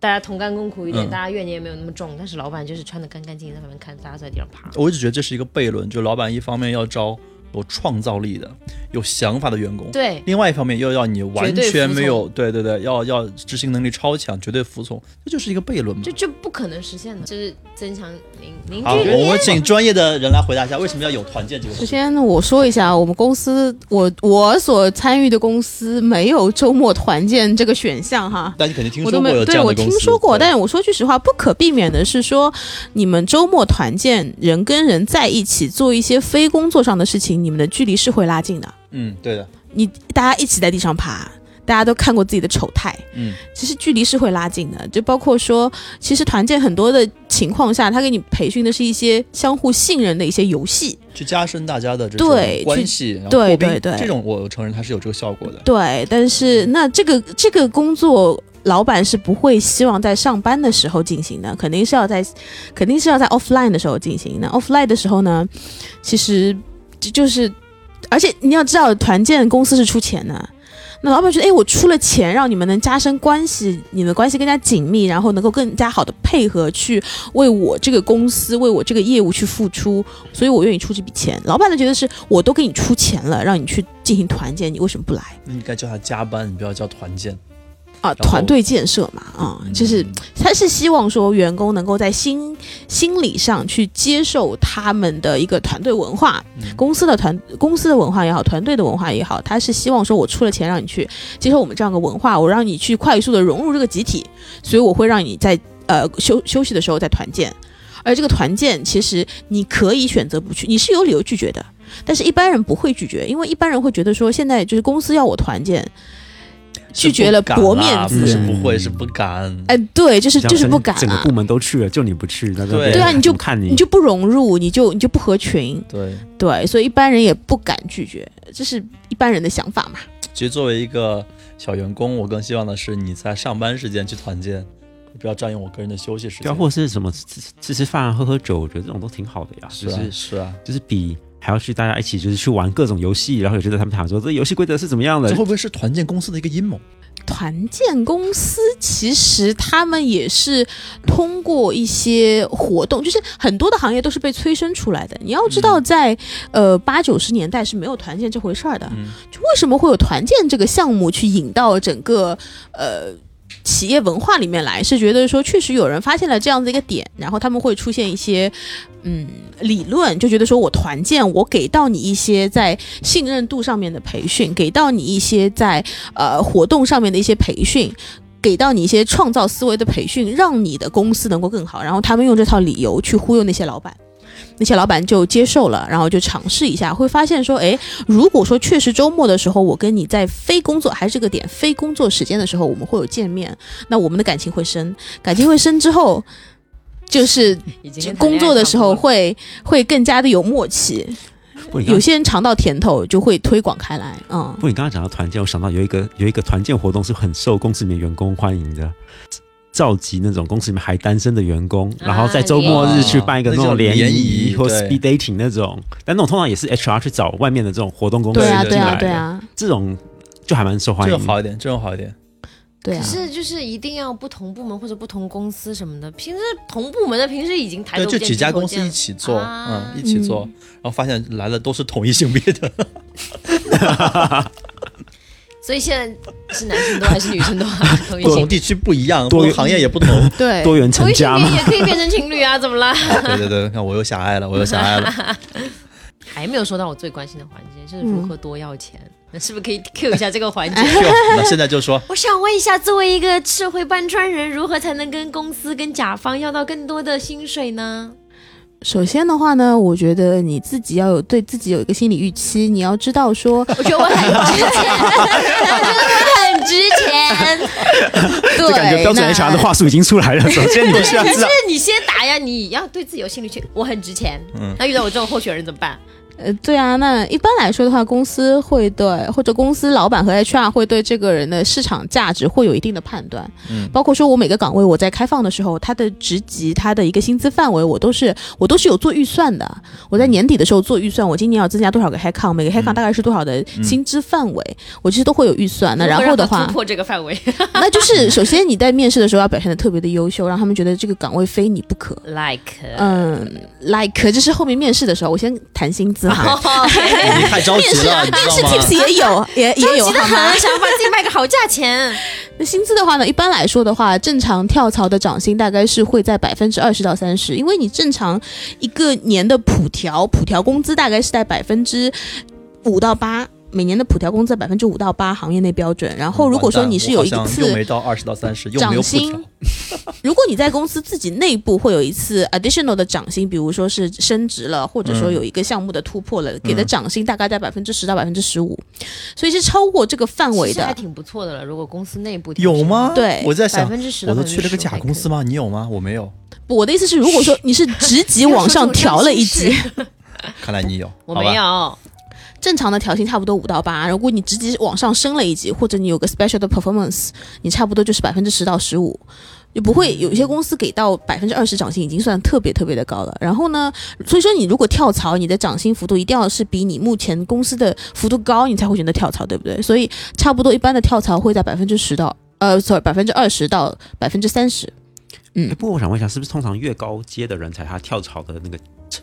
大家同甘共苦一点，
嗯
大家怨念也没有那么重，但是老板就是穿的干干净净，在旁边看大家在地上爬。
我一直觉得这是一个悖论，就老板一方面要招有创造力的、有想法的员工，
对，
另外一方面又要你完
绝对
全
服从
没有，对对对，要要执行能力超强，绝对服从，这就是一个悖论嘛
就。就不可能实现的，就是增强凝凝
好，
聚
我
力。
们请专业的人来回答一下，为什么要有团建这个
首
事情？
先，我说一下，我们公司，我我所参与的公司没有周末团建这个选项哈。
但你肯定听
我
说
都
过
没
有这
对
样
我
的公
听
司，
说过，但
对
是我说句实话，不可避免的是说，你们周末团建，人跟人在一起做一些非工作上的事情，你们的距离是会拉近的。
嗯，对的，
你大家一起在地上爬，大家都看过自己的丑态，
嗯，
其实距离是会拉近的。就包括说，其实团建很多的情况下，他给你培训的是一些相互信任的一些游戏，
去加深大家的这种
对去
关系，然后破
对
冰
对对
这种我承认它是有这个效果的。
对，但是那这个这个工作，老板是不会希望在上班的时候进行的，肯定是要在，肯定是要在 offline 的时候进行。那 offline 的时候呢，其实这就是，而且你要知道，团建公司是出钱的。那老板觉得，哎，我出了钱让你们能加深关系，你们关系更加紧密，然后能够更加好的配合，去为我这个公司、为我这个业务去付出，所以我愿意出这笔钱。老板呢觉得是我都给你出钱了，让你去进行团建，你为什么不来
那你该叫他加班，你不要叫团建。
啊？
后
团队建设嘛，啊、就是
嗯
他是希望说员工能够在心心理上去接受他们的一个团队文化，
嗯
公司的团公司的文化也好，团队的文化也好，他是希望说我出了钱让你去接受我们这样的文化，我让你去快速的融入这个集体，所以我会让你在呃休休息的时候再团建。而这个团建，其实你可以选择不去，你是有理由拒绝的。但是一般人不会拒绝，因为一般人会觉得说，现在就是公司要我团建，拒绝了
是不敢啦
薄面子
不是不会，
嗯
是不敢。
哎，对，就是就是不敢
整个
啊
部，门都去了，就你不去，那
对
对啊你就
怎么看你
你就不融入，你就你就不合群，
对，
对，所以一般人也不敢拒绝，这是一般人的想法嘛。
其实作为一个小员工，我更希望的是你在上班时间去团建，不要占用我个人的休息时
对啊，
间。
或是什么吃吃吃吃饭、喝喝酒，我觉得这种都挺好的呀。
是
就
啊
是
是
(laughs)
啊，
就是比还要去大家一起就是去玩各种游戏，然后有些在他们谈说这游戏规则是怎么样的
这，会不会是团建公司的一个阴谋？
团建公司其实他们也是通过一些活动，就是很多的行业都是被催生出来的。你要知道在，呃八九十年代是没有团建这回事儿的。
嗯，
就为什么会有团建这个项目去引到整个呃企业文化里面来？是觉得说确实有人发现了这样的一个点，然后他们会出现一些嗯理论，就觉得说我团建，我给到你一些在信任度上面的培训，给到你一些在呃活动上面的一些培训。给到你一些创造思维的培训，让你的公司能够更好。然后他们用这套理由去忽悠那些老板，那些老板就接受了，然后就尝试一下，会发现说，诶，如果说确实周末的时候，我跟你在非工作还是这个点非工作时间的时候，我们会有见面，那我们的感情会深，感情会深之后，就是
已经跟谈
工
恋爱
作的
差不
时候
多了
会会更加的有默契。
不你刚
有些人尝到甜头就会推广开来，嗯，
不，你刚刚讲到团建，我想到有一个有一个团建活动是很受公司里面员工欢迎的，召集那种公司里面还单身的员工，
啊
然后在周末日去办一个那种联谊或 speed dating 那种，但那种通常也是 HR 去找外面的这种活动公司
对
进
啊，
来的，
对啊，对啊，
这种就还蛮受欢
这
迎
种。好一点，这种好一点。
对
可
啊。
是就是一定要不同部门或者不同公司什么的，平时同部门的平时已经抬
对，
头
就
不见
几家
低头
公司
见
一
了
起做，
啊
嗯，一起做，然后发现来的都是同一性别的，
所以现在是男
(laughs)
生多还是女生多还是同一
不同
性？
地区不一样，
多
不同行业也不
(laughs)
同。
对，
多元
同
成
一性
家
别
嘛，
也可以变成情侣啊，怎么啦？ (laughs)
对对对，看我又狭隘了，我又狭隘
(laughs)
了。
还没有说到我最关心的环节，就是
嗯
如何多要钱。那是不是可以 Q 一下这个环节？
哟那现在就说，
我想问一下，作为一个社会半川人，如何才能跟公司、跟甲方要到更多的薪水呢？
首先的话呢，我觉得你自己要有对自己有一个心理预期，你要知道说，
(laughs) 我觉得我很值钱，我觉得我很值钱。
对，
感觉标准
那
HR 的话术已经出来了。首先你必须要
可
知
是
道，
你先打呀，你要对自己有心理去，我很值钱。
嗯
那遇到我这种候选人怎么办？
呃，对啊，那一般来说的话，公司会对或者公司老板和 HR 会对这个人的市场价值会有一定的判断，
嗯，
包括说我每个岗位我在开放的时候，他的职级、他的一个薪资范围，我都是我都是有做预算的。我在年底的时候做预算，我今年要增加多少个 headcount，每个 headcount 大概是多少的薪资范围，我其实都会有预算。那
如何
然后的
让他
话
突，破这个
(laughs)
范围，
那就是首先你在面试的时候要表现的特别的优秀，让他们觉得这个岗位非你不可。
(laughs) ，like，
嗯，like 这是后面面试的时候，我先谈薪资 (laughs) 哈。
哦，
哎
你太着急了，你
面
知
试
道吗？
tips 也 (laughs) 有，也也有
急得
好吗？
很，想把自己卖个好价钱。
那薪资的话呢，一般来说的话，正常跳槽的涨薪大概是会在百分之二十到三十，因为你正常一个年的普调，普调工资大概是在百分之五到八。每年的普调工资百分之五到八，行业内标准。然后，如果说你是有一
完蛋我好像
次
又没到二十到三十，又没有不
涨薪
少，
如果你在公司自己内部会有一次 additional 的涨薪，比如说是升职了，或者说有一个项目的突破了，给的涨薪大概在百分之十到百分之十五，所以是超过这个范围
其实还
的。
挺不错的了。如果公司内部调整
有吗？
对
我在
百
想，
分之十，
我都去了个假公司
吗？
吗？你有吗？我没有，
不我的意思是，如果说你是职级往上调了一级，
看来你
(laughs)
有，
我
好
没
吧。
有，
正常的调薪差不多五到八，如果你直接往上升了一级，或者你有个 special 的 performance，你差不多就是百分之十到十五。就不会有一些公司给到百分之二十涨薪已经算特别特别的高了。然后呢，所以说你如果跳槽，你的涨薪幅度一定要是比你目前公司的幅度高，你才会选择跳槽，对不对？所以差不多一般的跳槽会在百分之十到呃，sorry，百分之二十到百分之三十。
哎不过我想问一下，是不是通常越高阶的人才，他跳槽的那个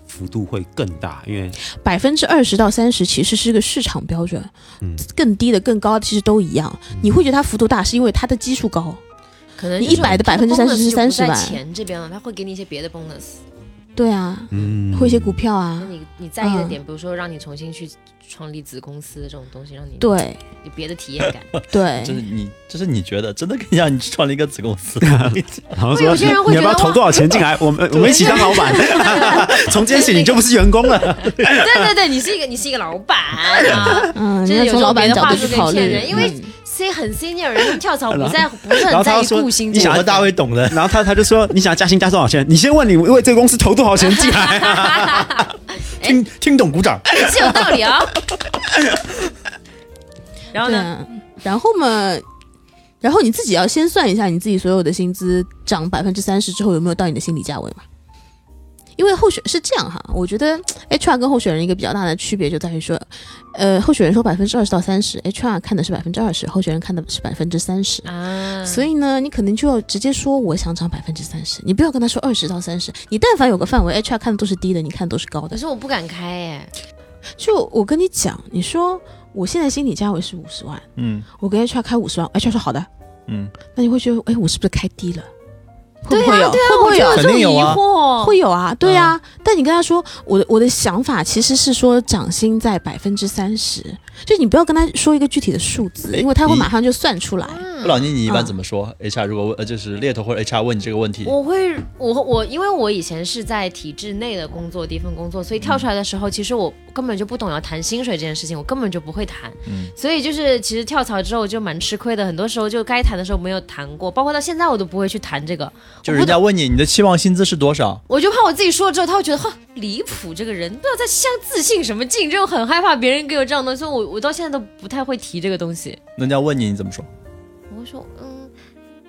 幅度会更大？因为
百分之二十到三十其实是个市场标准，
嗯
更低的、更高的其实都一样。你会觉得它幅度大，是因为它的基数高。
可能
你
就是
100的
他
30%
bonus
是
就不
30
在
吧
钱这边了，他会给你一些别的 bonus。
对啊，
嗯，
会一些股票
那
啊，
你你在意的
嗯
点，比如说让你重新去创立子公司这种东西，让你
对
(laughs) 有别的体验感。 (laughs)
对
这，是你，这是你觉得真的可以让你创立一个子公
(laughs)
司？
然后
会
说
有些人会
你要不
觉
要
得
投
哇
多少钱进来？我们我们一起当老板， (laughs) 从今天起你就不是员工了。
(laughs) 对对对，你是一个你是一个老板啊
嗯，
这
你要
有
从
时候
老板
别的
角
话
度
术
去
更
考
骗
虑，
人因为
嗯
，C 很 senior 人跳槽不在乎，不是
然
很
后他
在
又
意
说
顾星
你
我
(laughs)
想
和
座。
大卫懂的，
然后他他就说你想加薪加多少钱？你先问你为这个公司投多少钱进来、啊
(laughs)
听听懂鼓掌。
是有道理 (laughs) 啊。然后
对
呢？
啊，然后嘛，然后你自己要先算一下你自己所有的薪资涨百分之三十之后有没有到你的心理价位嘛？因为候选是这样哈，我觉得 HR 跟候选人一个比较大的区别就在于说，呃，候选人说百分之二十到三十，HR 看的是百分之二十，候选人看的是百分之三十。
啊，
所以呢，你可能就要直接说我想涨百分之三十，你不要跟他说二十到三十，你但凡有个范围，HR 看的都是低的，你看的都是高的
可。是我不敢开哎，
就我跟你讲，你说我现在心理价位是五十万，
嗯
我跟 HR 开五十万，HR 说好的，
嗯，
那你会觉得，哎，我是不是开低了？会
对
不
啊
会
对
有？
啊，
会不
我
会
就这
有？
种
肯定
疑
有啊
惑，
会有啊，对
嗯
啊。但你跟他说，我的我的想法其实是说涨薪在百分之三十，就你不要跟他说一个具体的数字，因为他会
你
马上就算出来。
嗯
(laughs) 老倪，你一
嗯
般怎么说？HR 如果问，呃，就是猎头或者 HR 问你这个问题，
我会，我我因为我以前是在体制内的工作，第一份工作，所以跳
嗯
出来的时候，其实我根本就不懂要谈薪水这件事情，我根本就不会谈。
嗯
所以就是其实跳槽之后就蛮吃亏的，很多时候就该谈的时候没有谈过，包括到现在我都不会去谈这个，
就是人家问你你的期望薪资是多少，
我就怕我自己说了之后，他会觉得哈离谱，这个人不知道在像自信什么劲，就很害怕别人给我这样的东西，所以我我到现在都不太会提这个东西。
人家问你你怎么说，
我会说嗯，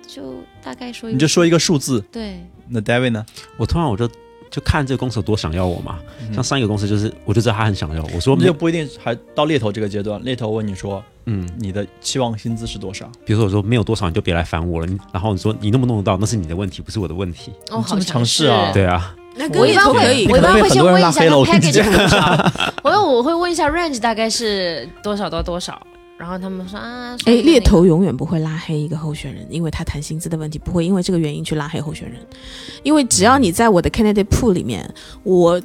就大概说一
你就说一个数字。
对，
那 David 呢？
我通常我就就看这个公司有多想要我嘛。
嗯
像上一个公司就是，我就知道他很想要我，我说
我们
没
就
有，
不一定还到猎头这个阶段，猎头问你说
嗯，
你的期望薪资是多少，
比如说我说没有多少你就别来烦我了，你然后你说你弄不弄得到那是你的问题，不是我的问题。
哦，
这
好
么
尝
尝试啊
对啊，
那
我一般
可
会
以，
我一般会先
你可能被很多
问一下
人拉黑了我
他
跟你
package
讲 (laughs)
多少， (laughs) 我有我会问一下 range 大概是多少到多少，然后他们说啊，
哎，猎
头
头永远不会拉黑一个候选人，因为他谈薪资的问题不会因为这个原因去拉黑候选人，因为只要你在我的 candidate pool 里面，我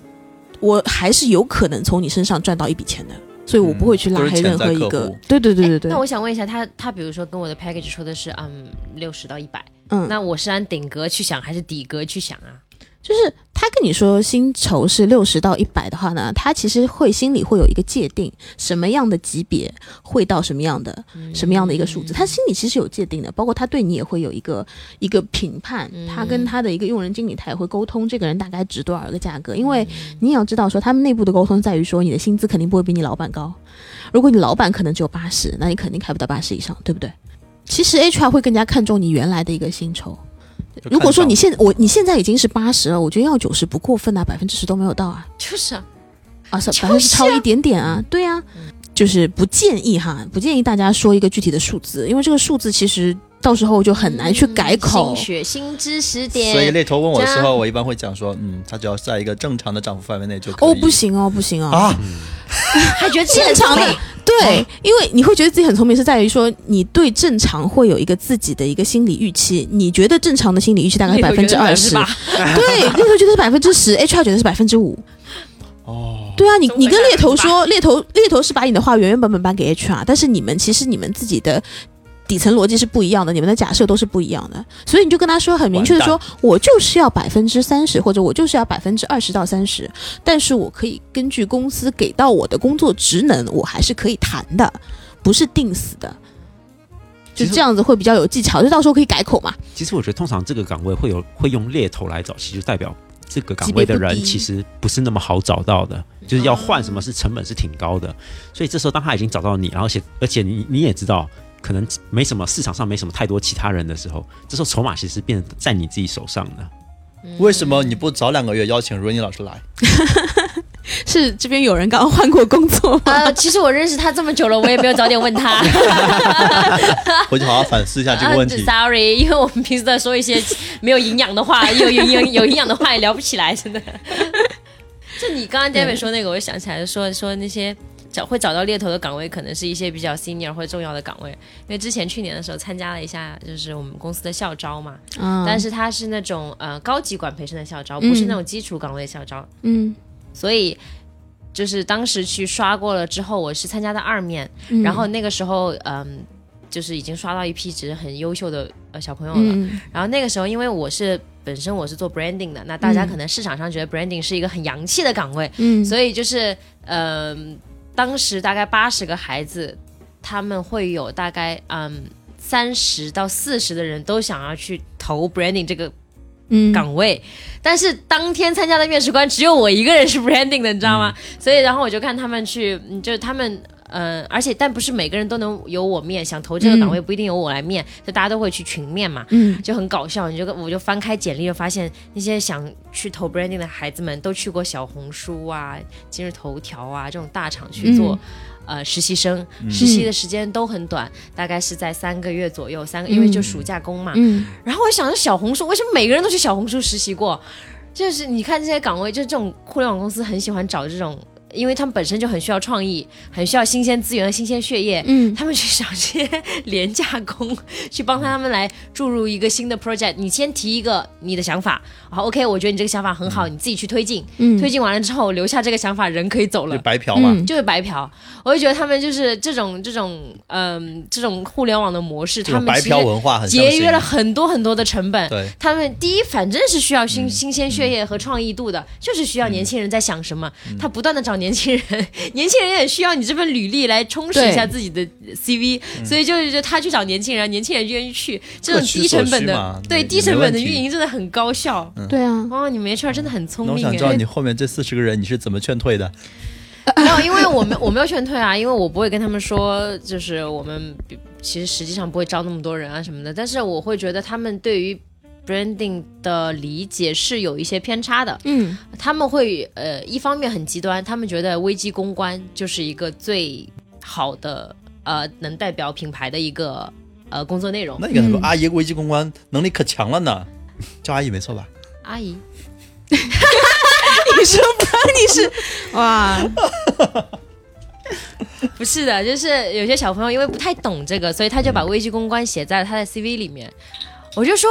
我还是有可能从你身上赚到一笔钱的，所以我不会去拉
嗯都
黑
是潜
任
在
何一
客
个
户。
对对对对对
哎那，我想问一下他，他比如说跟我的 package 说的是嗯六十到一百，
嗯，
那我是按顶格去想还是底格去想啊？
就是他跟你说薪酬是六十到一百的话呢，他其实会心里会有一个界定，什么样的级别会到什么样的什么样的一个数字，他心里其实有界定的，包括他对你也会有一个一个评判，他跟他的一个用人经理他也会沟通，这个人大概值多少个价格，因为你也要知道说他们内部的沟通在于说你的薪资肯定不会比你老板高，如果你老板可能只有八十，那你肯定开不到八十以上，对不对？其实 HR 会更加看重你原来的一个薪酬。
就看
如果说
上
你现我你现在已经是八十了，我觉得要九十不过分啊，百分之十都没有到啊，
就是啊，
啊，是
就是啊
百分之超一点点啊，对啊，
嗯
就是不建议哈，不建议大家说一个具体的数字，因为这个数字其实到时候就嗯很难去改口
新。学新知识
所以
点，
猎头问我的时
这
候，我一般会讲说，嗯，他只要在一个正常的涨幅范围内就可以。
哦，不行哦，不行哦！
啊，
嗯还觉得
正常
(laughs)
自
的
己很聪
对，因为你会觉得自己很聪明，是在于说你对正常会有一个自己的一个心理预期，你觉得正常的心理预期大概是
明
百分之二十，对，猎头觉得是百分之十，HR 觉得是百分之五。哦，对啊，你
总
你跟
百分
猎
之
头
八
说，猎头猎头是把你的话原原本本搬给 HR，但是你们其实你们自己的底层逻辑是不一样的，你们的假设都是不一样的，所以你就跟他说很明确的说
完，
我就是要百分之三十，或者我就是要百分之二十到三十，但是我可以根据公司给到我的工作职能，我还是可以谈的，不是定死的。就
其实
这样子会比较有技巧，就到时候可以改口嘛。
其实我觉得通常这个岗位会有会用猎头来找，其实代表这个岗位的
级
人
别不低
其实不是那么好找到的，就是要换什么是成本是挺高的。所以这时候当他已经找到你，然后且而且你你也知道可能没什么市场上没什么太多其他人的时候，这时候筹码其实变得在你自己手上的。
嗯
为什么你不早两个月邀请 Rainy 老师来？
啊
是这边有人刚刚换过工作吗？
呃，其实我认识他这么久了，我也没有早点问
(laughs)
他。
回去好好反思一下啊这个
啊 (laughs)
问题。
Sorry，因为我们平时在说一些没有营养的话，有有有有营养的话也聊不起来，
(laughs)
真的。就你刚刚 David 说那个，我就想起来说说那些找会找到猎头的岗位，可能是一些比较 senior 或者重要的岗位。因为之前去年的时候参加了一下，就是我们公司的校招嘛，
嗯
但是它是那种呃高级管培生的校招，不是那种基础岗位的校招。
嗯，
所以就是当时去刷过了之后，我是参加的二面，
嗯
然后那个时候嗯，就是已经刷到一批只是很优秀的呃小朋友了。
嗯
然后那个时候因为我是本身我是做 branding 的，那大家
嗯
可能市场上觉得 branding 是一个很洋气的岗位，
嗯，
所以就是嗯、当时大概八十个孩子，他们会有大概嗯。三十到四十的人都想要去投 branding 这个
以
岗位，但是当天参加的面试官只有我一个人是 branding 的，你知道吗？所以然后我就看他们去，嗯就是他们。嗯，而且但不是每个人都能由我面，想投这个岗位不一定由我来面，就大家都会去群面嘛，
嗯
就很搞笑。你就我就翻开简历，就发现那些想去投 branding 的孩子们都去过小红书啊、今日头条啊这种大厂去做、呃实习生，实习的时间都很短，大概是在三个月左右，三个因为就暑假工嘛，
嗯
然后我想着小红书，为什么每个人都去小红书实习过？就是你看这些岗位，就这种互联网公司很喜欢找这种，因为他们本身就很需要创意，很需要新鲜资源、新鲜血液。
嗯
他们去找这些廉价工，去帮他们来注入一个新的 project。你先提一个你的想法，好，OK，我觉得你这个想法很好，你自己去推进。
嗯
推进完了之后，留下这个想法，人可以走了
就。白嫖嘛，
嗯
就是白嫖，我就觉得他们就是这种这种嗯、这种互联网的模式，
这
他
种
们
白
其
嫖
实
文化啊很相
节
信
约了很多很多的成本。
对，嗯
他们第一反正是需要新新鲜血液和创意度的，就是需要年轻人在想什么，
嗯
他不断的找年轻人， (laughs) 年轻人也需要你这份履历来充实一下自己的 CV，所以
嗯
就是就他去找年轻人，年轻人愿意去，这种
各取
低成
所
本
需
的
嘛
对
没
低成本的
没问题嗯
运营真的很高效。
对啊，
哦，你没事儿，真的很聪
那我
明嗯
想知道
哎。
你后面这四十个人你是怎么劝退的？
(laughs) 没有，因为我没我没有劝退啊，因为我不会跟他们说，就是我们比其实实际上不会招那么多人啊什么的，但是我会觉得他们对于 branding 的理解是有一些偏差的。
嗯
他们会呃，一方面很极端，他们觉得危机公关就是一个最好的呃，能代表品牌的一个呃工作内容。
那你跟他说，
嗯
阿姨危机公关能力可强了呢，
嗯
叫阿姨没错吧？
阿姨，
你说不知道你 (laughs) 是哇，
(laughs) 不是的，就是有些小朋友因为不太懂这个，所以他就把危机公关写在了他的 CV 里面。我就说，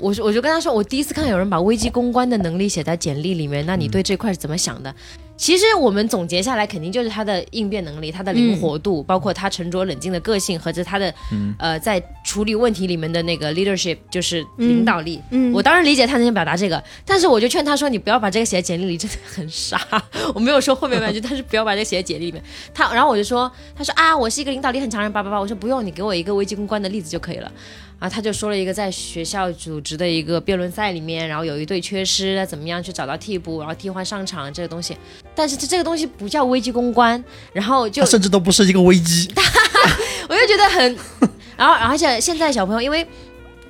我说我就跟他说，我第一次看到有人把危机公关的能力写在简历里面，那你对这块是怎么想的？其实我们总结下来，肯定就是他的应变能力、他的灵活度，包括他沉着冷静的个性和着他的、呃在处理问题里面的那个 leadership，就是领导力。
嗯
我当然理解他能表达这个，但是我就劝他说，你不要把这个写在简历里，真的很傻。 (laughs) 我没有说后面半句，但是不要把这个写在简历里面。他，然后我就说，他说啊，我是一个领导力很强的人，叭叭叭。我说不用，你给我一个危机公关的例子就可以了。啊，他就说了一个在学校组织的一个辩论赛里面，然后有一队缺失，怎么样去找到替补，然后替换上场这个东西。但是这这个东西不叫危机公关，然后就
他甚至都不是一个危机，
(laughs) 我就觉得很，然后而且现在小朋友，因为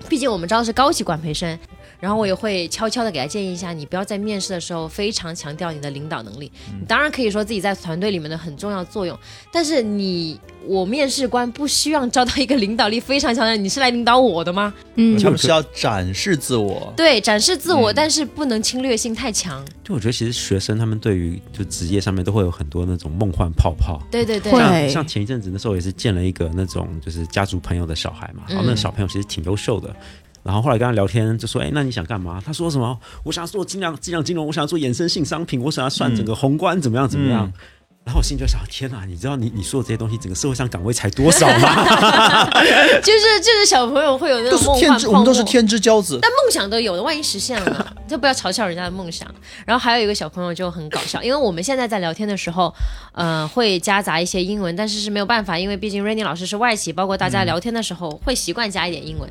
毕竟我们招的是高级管培生，然后我也会悄悄的给他建议一下，你不要在面试的时候非常强调你的领导能力，
嗯
你当然可以说自己在团队里面的很重要作用，但是你我面试官不希望招到一个领导力非常强的人，你是来领导我的吗？
嗯
他们是要展示自我。
对，展示自
嗯
我，但是不能侵略性太强。
就我觉得其实学生他们对于就职业上面都会有很多那种梦幻泡泡。
对对对
会
像像前一阵子那时候也是见了一个那种就是家族朋友的小孩嘛，然后那个小朋友其实挺优秀的。然后后来跟他聊天，就说：“哎，那你想干嘛？”他说：“什么？我想要做精良精良金融，我想要做衍生性商品，我想要算整个宏观怎么样怎么样。然后我心里就想：“天哪！你知道你你说的这些东西，整个社会上岗位才多少吗？
就是就是小朋友会有那
都
种
是
梦
天
幻
之，
泡
我
沫。
们都是天之骄子。
但梦想都有的，万一实现了呢？就不要嘲笑人家的梦想。然后还有一个小朋友就很搞笑，因为我们现在在聊天的时候，呃，会夹杂一些英文，但是是没有办法，因为毕竟 Rainy 老师是外企，包括大家聊天的时候、会习惯加一点英文。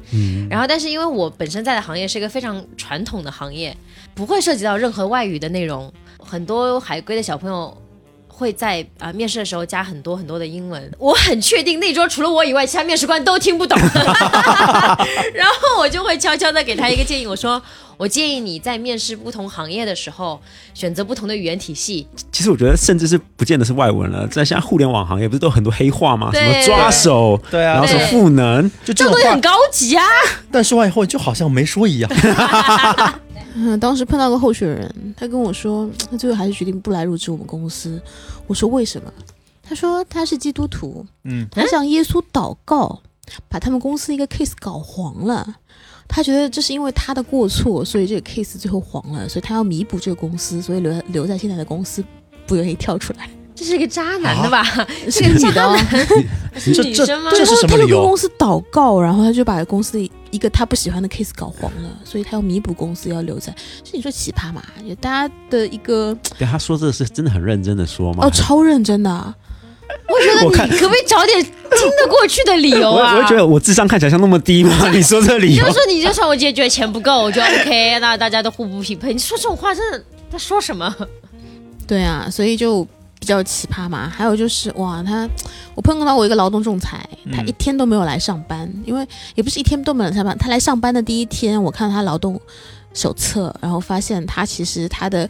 然后，但是因为我本身在的行业是一个非常传统的行业，不会涉及到任何外语的内容，很多海归的小朋友。会在啊、呃面试的时候加很多很多的英文。我很确定那桌除了我以外，其他面试官都听不懂。然后 (laughs) 我就会悄悄的给他一个建议，我说我建议你在面试不同行业的时候，选择不同的语言体系。
其实我觉得，甚至是不见得是外文了，在现在互联网行业不是都很多黑话吗？
对
什么抓手，
对啊
然后什么赋能，
就这
这
种
种东西
话
很，高级啊！
但说完以后就好像没说一
(laughs)
样。
嗯，当时碰到个候选人，他跟我说，他最后还是决定不来入职我们公司。我说为什么？他说他是基督徒，
嗯，
他向耶稣祷告，把他们公司一个 case 搞黄了。他觉得这是因为他的过错，所以这个 case 最后黄了，所以他要弥补这个公司，所以留在留在现在的公司，不愿意跳出来。
这是个渣男的吧？
啊
是个女的哦，
是
这
女
这
生吗？
这
然
是
后
什
他
么
就
理
跟
由
公司祷告，然后他就把公司的一个他不喜欢的 case 搞黄了，所以他要弥补公司要留在。这你说奇葩嘛？也大家的一个
对他说这是真的很认真的说吗？
哦，超认真的啊、
(laughs) 我觉
我
得
看
你可不可以找点听得过去的理由
我
啊？
我会觉得我智商看起来像那么低吗？你说这理
你
由
就，说你就说我姐觉得钱不够，我就 OK，那大家都互不匹配。你说这种话真的在说什么？
对啊，所以就比较奇葩嘛。还有就是哇，他我碰到我一个劳动仲裁，他
嗯
一天都没有来上班，因为也不是一天都没有来上班，他来上班的第一天，我看他劳动手册，然后发现他其实他的。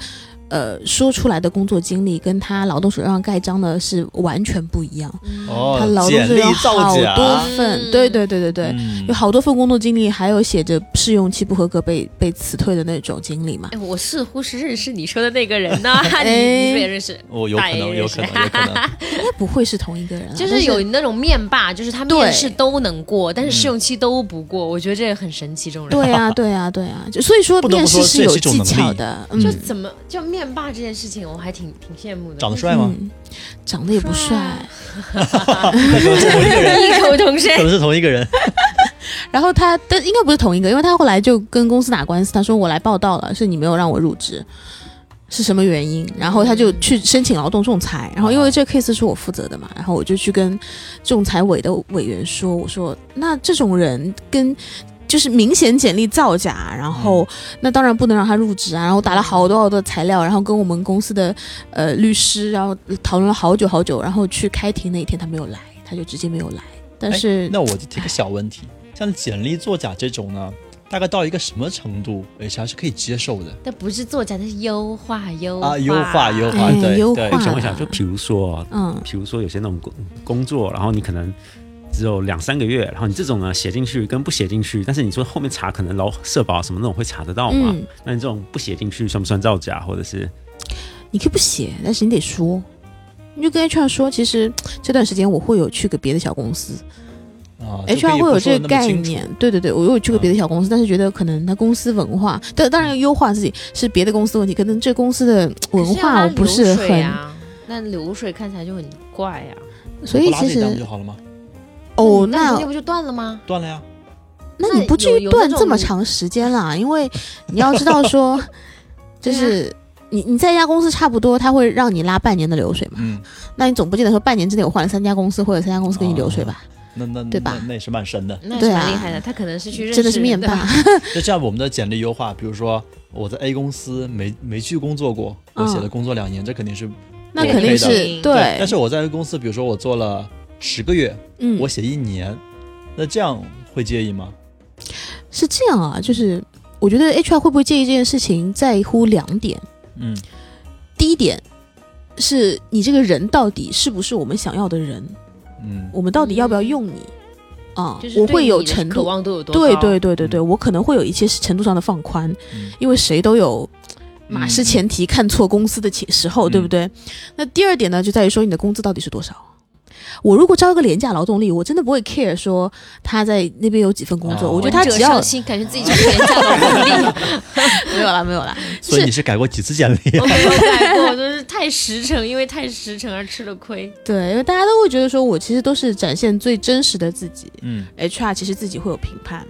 呃，说出来的工作经历跟他劳动手册上盖章的是完全不一样。
哦
他劳动
简
手册
历
有
造
好
假，
多份，
嗯
对对对对对，
嗯
有好多份工作经历，还有写着试用期不合格被被辞退的那种经历嘛。
哎，我似乎是认识你说的那个人呢， (laughs) 你
哎
你是不是也认识？
我哦有可
大
能，
爷
有可
认识 (laughs)
能，有可能。
应该不会是同一个人啊，
就
但
是有那种面霸，就是他
对
面试都能过，但是试
嗯
用期都不过。我觉得这也很神奇，这种人。
对啊，对啊，对啊，就所以说
不得不
面试
说这也
有
是一种
技
能
巧
力
的，
就
嗯，
怎么就面霸这件事情，我还挺挺羡慕的。
长得帅吗？
嗯？长得也不
帅
帅
啊，
那可能是同一个人，
异口
(laughs)
同
(laughs)
可
声，
能是同一个人。
然后他但应该不是同一个，因为他后来就跟公司打官司，他说我来报道了，是你没有让我入职，是什么原因？然后他就去申请劳动仲裁，然后因为这个 case 是我负责的嘛，然后我就去跟仲裁委的委员说，我说那这种人跟。就是明显简历造假，然
嗯
后那当然不能让他入职啊。然后打了好多好多材料，然后跟我们公司的呃律师，然后讨论了好久好久，然后去开庭那一天他没有来，他就直接没有来。但
哎
是、
那我就提个小问题，像简历作假这种呢，大概到一个什么程度，HR 是可以接受的？
但不是作假，那是优化优
啊优化优化
哎
对
优
对
化
想一想，
了
就比如说哦，
嗯，
比如说有些那种工工作，然后你可能只有两三个月，然后你这种呢写进去跟不写进去，但是你说后面查可能劳社保什么那种会查得到嘛？
嗯
那你这种不写进去算不算造假，或者是
你可以不写，但是你得说，你就跟 HR 说，其实这段时间我会有去个别的小公司
啊就可
，HR
以
会有
不说
这
得那么
个概
清楚嗯
念，对对对，我有去过别的小公司，但是觉得可能他公司文化，但当然要优化自己是别的公司的问题，可能这公司的文
哦
化我不是很，
啊。那流水看起来就很怪呀、
嗯
所
不
以
拉
其
这一档
实
就好了吗？
哦，
那
那
那不就断了吗？
断了呀，
那
嗯那
你不至
有
于
有
断
那种
这么长时间啦，因为你要知
(laughs)
道说，
啊
就是。你你在一家公司差不多，他会让你拉半年的流水嘛？
嗯，
那你总不见得说半年之内我换了三家公司，或者三家公司给你流水
哦
吧？
那那
对吧
那那也是蛮深的。
那
对
是
啊
蛮厉害的，他可能是去认识
真的是面
人
霸
吧。，
就像我们的简历优化，比如说我在 A 公司没没去工作过，我写了工作两年，这肯定是
那
对
肯定
嗯对
是
的
对
但，是我在 A 公司，比如说我做了十个月，
嗯
我写一年，那这样会介意吗？
是这样啊，就是我觉得 HR 会不会介意这件事情，在乎两点。
嗯，
第一点是你这个人到底是不是我们想要的人，
嗯，
我们到底要不要用你啊？
就是
我
对
会有
你的
程
渴
度，
望都有多
对
高
对对对对，我可能会有一些程度上的放宽，
嗯
因为谁都有马
嗯
失前蹄看错公司的前时候，对不
嗯
对？那第二点呢，就在于说你的工资到底是多少。我如果招一个廉价劳动力，我真的不会 care 说他在那边有几份工作，
哦
我觉得他
闻者
只要
伤心，感觉自己就是廉价劳动
(laughs)
力。
没有啦，没有啦，
所以你是改过几次简历？
我没有改过，我都是太实诚，因为太实诚而吃了亏。
对，因为大家都会觉得说我其实都是展现最真实的自己
嗯，
，HR 其实自己会有评判。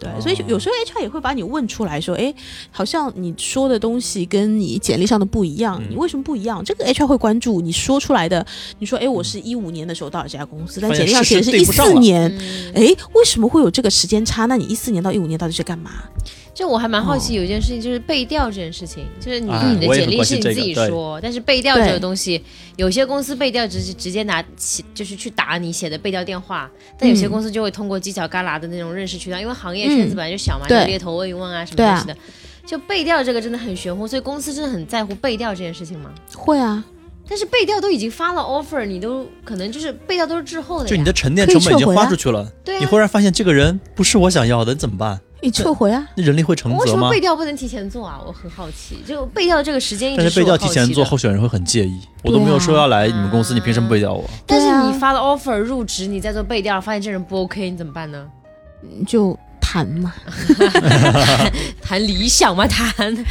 对，
哦
所以就有时候 HR 也会把你问出来说，哎，好像你说的东西跟你简历上的不一样，
嗯
你为什么不一样？这个 HR 会关注你说出来的。你说，哎，我是一五年的时候到了这家公司，但
发现
简历上写的
事
是
实对
一
不上
四
了
年，
嗯，
哎，为什么会有这个时间差？那你一四年到一五年到底是干嘛？
就我还蛮好奇有一件事情，就是背调这件事情，就是你
哎
你
嗯
的
我也
简
很
历
关
是
心
你
这
自
个
己
对
说，但是背调这
对
个东西，有些公司背调直直接拿起就是去打你写的背调电话，但有些
嗯
公司就会通过犄角旮旯的那种认识渠道，因为行业圈子本
嗯
来就小嘛，
对
就猎头问一问啊什么
对啊
东西的。就背调这个真的很玄乎，所以公司真的很在乎背调这件事情吗？
会啊，
但是背调都已经发了 offer，你都可能就是背调都是滞后的呀。
就你的沉淀成本已经花出去了，
对
你
啊，
忽然发现这个人不是我想要的，你怎么办？
你撤回啊，
那人力会承
为
责
什么
吗
背？调不能提前做啊？我很好奇，就背调这个时间一直
但是背
我
调
好
提前
奇
做，
的
候选人会很介意。我都没有说要来你们公司，你凭什么背调我？
但
对
是
啊
你发了 offer 入职，你再做背调，发现这人不 OK，你怎么办呢？
你就谈嘛，
谈理想吗？
(laughs)
谈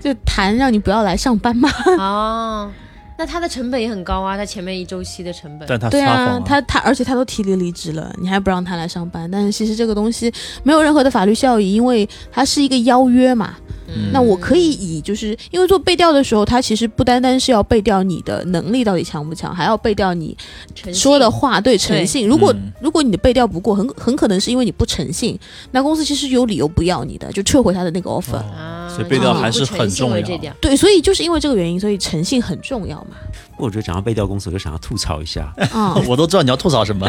就谈让你不要来上班嘛。
哦，那他的成本也很高啊，他前面一周期的成本。
但他
对
撒
啊
谎，
他他而且他都提离离职了，你还不让他来上班？但是其实这个东西没有任何的法律效益，因为它是一个邀约嘛。
嗯
那我可以以就是因为做背调的时候，他其实不单单是要背调你的能力到底强不强，还要背调你
诚信
说的话对诚信。如果、
嗯
如果你的背调不过，很很可能是因为你不诚信，那公司其实有理由不要你的，就撤回他的那个 offer。
啊，
所以背
调
就是
还
是很重要
以不诚信为这点
对，所以就是因为这个原因，所以诚信很重要嘛。
不过我觉得讲到背调公司，我就想要吐槽一下，
啊、
我都知道你要吐槽什么。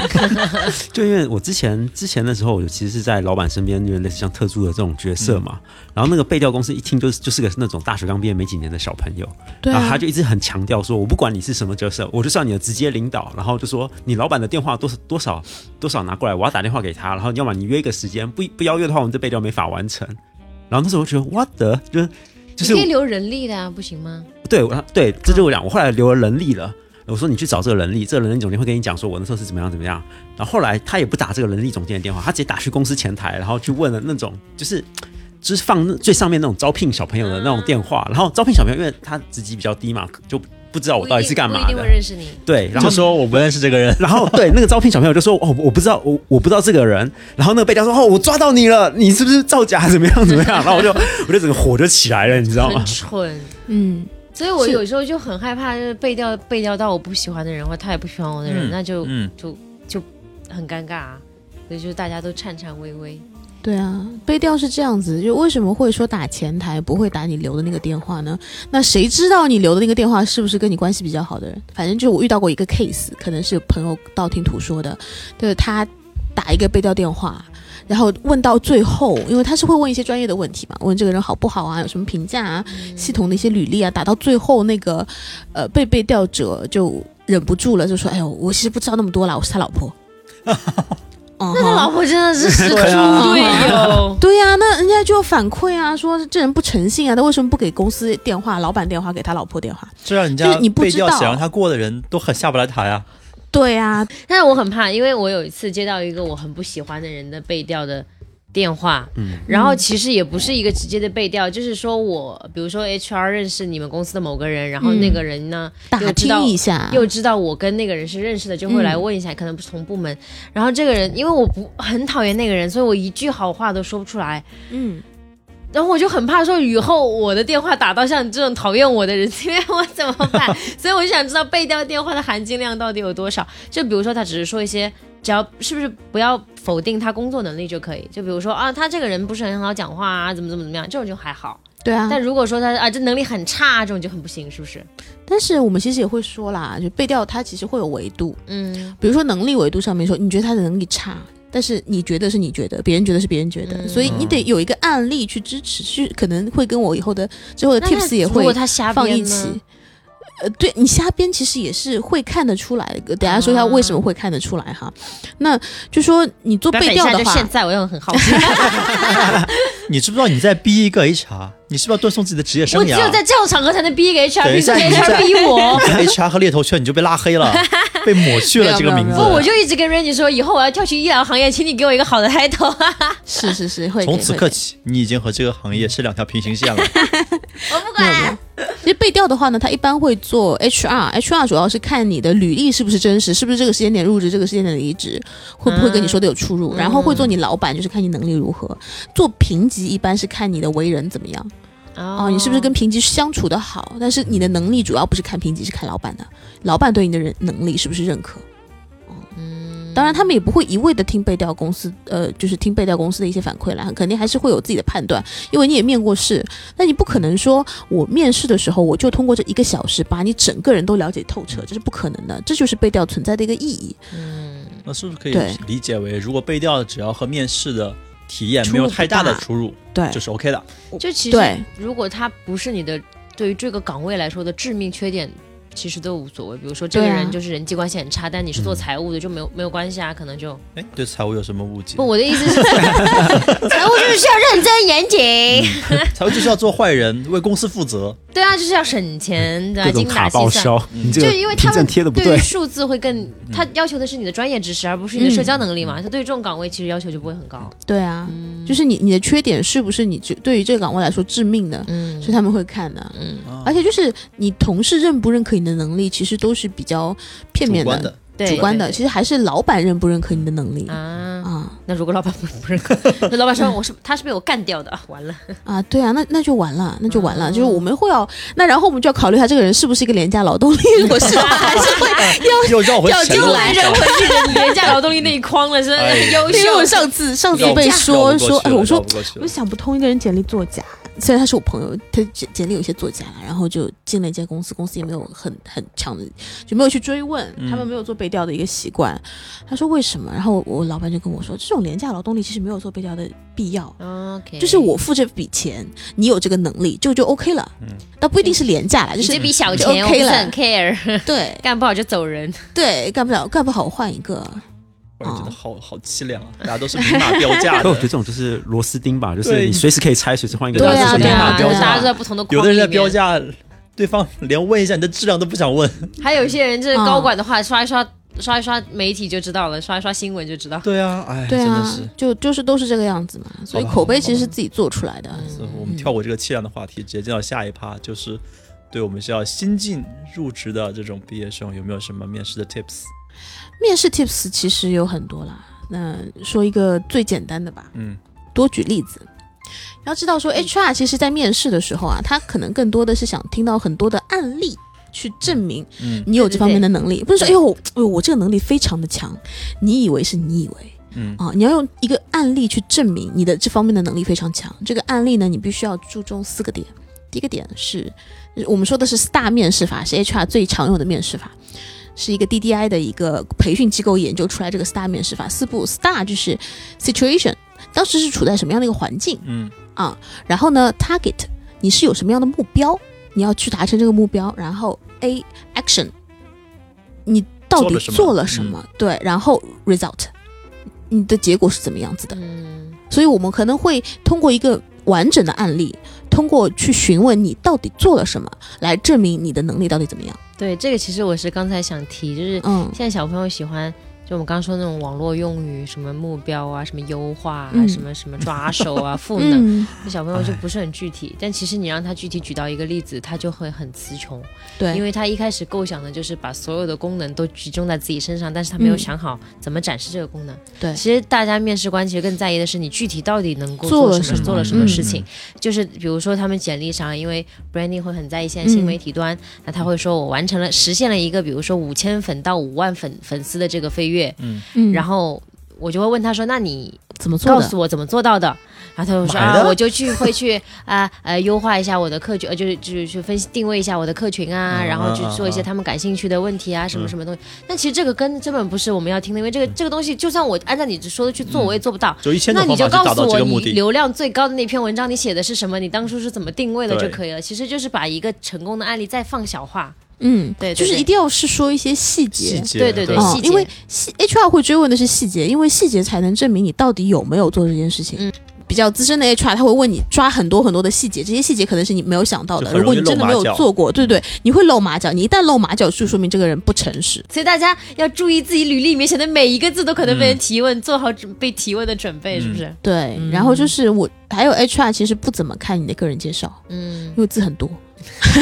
就因为我之前之前的时候，我其实是在老板身边，因为类似像特助的这种角色嘛。然后那个背调公司一听就是就是个那种大学刚毕业没几年的小朋友，
对
然后
啊
他，就一直很强调说，我不管你是什么角色，我就是要你的直接领导。然后就说你老板的电话多少多少多少拿过来，我要打电话给他。然后要么你约一个时间，不不邀约的话，我们这背调没法完成。然后那时候我就觉得 what the 就是就是
你可以留人力的啊，不行吗？
对，我对，这就是我讲，我后来留了人力了。我说你去找这个人力，这个人力总监会跟你讲说，我那时候是怎么样怎么样。然后后来他也不打这个人力总监的电话，他直接打去公司前台，然后去问了那种就是就是放那最上面那种招聘小朋友的那种电话。然后招聘小朋友，因为他职级比较低嘛，就不知道哦我到底是干
不一
嘛
定不一定会
的。
认识你。
对，然后
就说我不认识这个人，
然后 (laughs) 对那个招聘小朋友就说：“哦，我不知道，我我不知道这个人。”然后那个被调说：“哦，我抓到你了，你是不是造假？怎么样怎么样？”然后我就 (laughs) 我就整个火就起来了，你知道吗
很？蠢，
嗯，
所以我
是
有时候就很害怕，就是背调背调到我不喜欢的人，或他也不喜欢我的人，
嗯
那就、
嗯，
就就很尴尬、啊，所以就是大家都颤颤巍巍。
对啊，背调是这样子，就为什么会说打前台不会打你留的那个电话呢？那谁知道你留的那个电话是不是跟你关系比较好的人？反正就是我遇到过一个 case，可能是朋友道听途说的，就是他打一个背调电话。然后问到最后，因为他是会问一些专业的问题嘛，问这个人好不好啊，有什么评价啊，系统的一些履历啊，打到最后那个，呃，被被调者就忍不住了，就说：“哎呦，我其实不知道那么多啦，我是他老婆。嗯哼”，
那他老婆真的是是猪
对啊
队友
对呀、那人家就要反馈啊，说这人不诚信啊，他为什么不给公司电话、老板电话、给他老婆电话？
这让人
就
家
是你不
背
知
调
道
想让他过的人都很下不来台啊。
对呀、
但是我很怕，因为我有一次接到一个我很不喜欢的人的背调的电话，然后其实也不是一个直接的背调，就是说我比如说 HR 认识你们公司的某个人，然后那个人呢、
打
又知道
听一下，
又知道我跟那个人是认识的，就会来问一下，可能不是同部门。然后这个人，因为我不很讨厌那个人，所以我一句好话都说不出来。
嗯，
然后我就很怕说以后我的电话打到像你这种讨厌我的人，因为我怎么办？ (laughs) 所以我就想知道背调电话的含金量到底有多少。就比如说他只是说一些，只要是不是不要否定他工作能力就可以。就比如说啊，他这个人不是很好讲话啊，怎么怎么怎么样，这种就还好。
对啊。
但如果说他啊这能力很差、啊，这种就很不行，是不是？
但是我们其实也会说啦，就背调它其实会有维度，
嗯，
比如说能力维度上面说，你觉得他的能力差。但是你觉得是你觉得，别人觉得是别人觉得，
嗯
所以你得有一个案例去支持，去可能会跟我以后的之后的 tips 也
如
会
果他瞎
放一
编
起
呢？。
呃，对你瞎编其实也是会看得出来的，等一下说一
啊
下为什么会看得出来哈。那就说你做
不要
背
等一
调
下，
的
就
话，
现在我又很好奇，
你知不知道你在逼一个 HR？你是不是要断送自己的职业生
我只
涯？
有在这种场合才能逼一个 HR，
等一
逼
下
个
你在
HR 逼我。
HR 和猎头圈，你就被拉黑了，被抹去了这个名字
没有没有没有。
我就一直跟 Randy 说，以后我要跳去医疗行业，请你 (laughs) 给我一个好的 title 啊！
是是是会
从
给
此
会
刻
给
起，你已经和这个行业是两条平行
(laughs)
线了。
我不管，
其实背调的话呢，它一般会做 HR，HR 主要是看你的履历是不是真实，是不是这个时间点入职，这个时间点离职，会不会
嗯
跟你说的有出入，然后会做你老板，就是看你能力如何。做评级一般是看你的为人怎么样啊、
哦
你是不是跟评级相处的好？但是你的能力主要不是看评级，是看老板的，老板对你的人能力是不是认可。
嗯
哦当然，他们也不会一味的听背调公司，呃，就是听背调公司的一些反馈啦，肯定还是会有自己的判断，因为你也面过试，那你不可能说我面试的时候我就通过这一个小时把你整个人都了解透彻，这是不可能的，这就是背调存在的一个意义。
嗯，
那是不是可以
对
理解为，如果背调只要和面试的体验
出入
没有太大的
不大
出入，
对
就是 OK 的？
嗯就其实
对
如果它不是你的对于这个岗位来说的致命缺点。其实都无所谓，比如说这个
对啊
人就是人际关系很差，但你是做
嗯
财务的就没有没有关系啊，可能就
哎，对财务有什么误解
不，？我的意思 (laughs) 是，财务就是需要认真严谨，
财务就是要做坏人，为公司负责。
(laughs) 对啊，就是要省钱的，
各种
精打
卡
细
报
算。
销，你这
就
个
因为他
凭证
们
贴的不
对于
对，嗯
数字会更，他要求的是你的专业知识，而不是你的社交能力嘛。他对于这种岗位其实要求就不会很高。
对啊，
嗯
就是你你的缺点是不是你就对于这个岗位来说致命的，
嗯
是他们会看的。
嗯，
啊
而且就是你同事认不认可你的能力，其实都是比较片面
主观
的、
的，
对，
主观的。
对
其实还是老板认不认可你的能力啊
啊。
啊
那如果老板不不认可，那老板说我是他是被我干掉的，啊 (laughs) 完了。
对啊，那那就完了，那就完了。
嗯
就是我们会要，那然后我们就要考虑一下这个人是不是一个廉价劳动力。如果 (laughs) 是的话，还是会
又绕回
(laughs) 要
钱
就
的
来
问题
扔
了
回去的廉价劳动力那一筐了，真
哎
的优
因为
秀
我。上次上次
绕不
被
绕
说
不过
说，
去
哎，
了
我
绕
说
不过去
我
了
想不通一个人简历作假，虽然他是我朋友，他简简历有些作假了，然后就进了一家公司，公司也没有很很强的，就没有去追问，
嗯
他们没有做背调的一个习惯。他说为什么？然后我我老板就跟我说，这种廉价劳动力其实没有做背调的必要。
OK，
就是我付这笔钱，你有这个能力就就 OK 了，
嗯
但不一定是廉价啦，就
你
是
这笔小
就
钱我不
OK
是
了
很 care，
对
(laughs) 干不好就走人。
对，干不了干不好换一个，
我觉得好好凄
(laughs)
凉啊！大家都是明码标价
可我觉得
的，
这种就是螺丝钉吧，就是
对
你随时可以拆，随时换一个
对
螺
啊
丝
是
钉。
对
明码
啊，
标
就
价
大家都在不同的
有
框
的人在
里面
标价，对方连问一下你的质量都不想问。
还有一些人，就是
嗯
高管的话，刷一刷刷一刷媒体就知道了，刷一刷新闻就知道。
对啊，哎，
对
真的
啊
是。，
就就是都是这个样子嘛，所以
好吧
口碑其
好吧嗯
实是自己做出来的，
嗯
所以我们跳过这个凄凉的话题，直接进到下一趴，就是对我们学校新进入职的这种毕业生有没有什么面试的 tips？
面试 tips 其实有很多啦，那说一个最简单的吧，
嗯，
多举例子。要知道说，HR 其实在面试的时候啊，他可能更多的是想听到很多的案例。去证明
嗯
你有这方面的能力，不是说哎
对
呦，哎呦，我这个能力非常的强，你以为是你以为，
嗯
啊，你要用一个案例去证明你的这方面的能力非常强。这个案例呢，你必须要注重四个点。第一个点是，我们说的是四大面试法，是 HR 最常用的面试法，是一个 DDI 的一个培训机构研究出来这个四大面试法。四步，STAR 就是 situation，当时是处在什么样的一个环境，
嗯
啊，然后呢，target 你是有什么样的目标，你要去达成这个目标，然后 A action，你到
做
底
了什么
做了什么？嗯对，然后 result，你的结果是怎么样子的？
嗯，
所以我们可能会通过一个完整的案例，通过去询问你到底做了什么，来证明你的能力到底怎么样。
对，这个其实我是刚才想提，就是
嗯
现在小朋友喜欢。就我们刚说那种网络用语，什么目标啊，什么优化啊，
嗯
什么什么抓手 (laughs) 啊、赋能，
嗯，
这小朋友就不是很具体。但其实你让他具体举到一个例子，他就会很词穷，
对，
因
为
为他一开始构想的就是把所有的功能都集中在自己身上，但是他没有
嗯
想好怎么展示这个功能。
对
其实大家面试官其实更在意的是你具体到底能够做
做了
什么，
什么
做了什么
嗯
事情。就是比如说他们简历上，因为 branding 会很在意现在新
嗯
媒体端，那他会说我完成了实现了一个比如说五千粉到五万粉粉丝的这个飞跃，
嗯，
嗯，
然后。我就会问他说：“那你
怎么做
告
的？
诉我怎么做到的？”然后他就说：“
买
啊，
的
我就去会去 (laughs) 啊呃优化一下我的客群，呃就是就是去分析定位一下我的客群啊，
嗯
然后去
嗯嗯
做一些
嗯
他们感兴趣的问题啊，什么
嗯
什么东西。但其实这个根根本不是我们要听的，因为这个这个东西，就算我按照你说的去做，我也做不到。
就一千
那
种
你
嗯方法去
就告
达
诉
到这
我
个目
你
的。
流量最高的那篇文章你写的是什么，你当初是怎么定位的
对
就可以了。其实就是把一个成功的案例再放小化。
嗯，
对对
就是
对
一定要是说一些细
细
节，
节，
对对对
嗯
细节
因为细 HR 会追问的是细节，因为细节才能证明你到底有没有做这件事情。
嗯
比较资深的 HR 他会问你抓很多很多的细节，这些细节可能是你没有想到的。
就很容
如果
易
你真的没有
露马脚
做过，对对，你会露马脚。你一旦露马脚，就说明这个人不诚实。
所以大家要注意自己履历里面写的每一个字都可能
嗯
被人提问，做好准被提问的准备，是不是？
对，
嗯
然后就是我还有 HR 其实不怎么看你的个人介绍，
嗯 (laughs)
因，为字很多，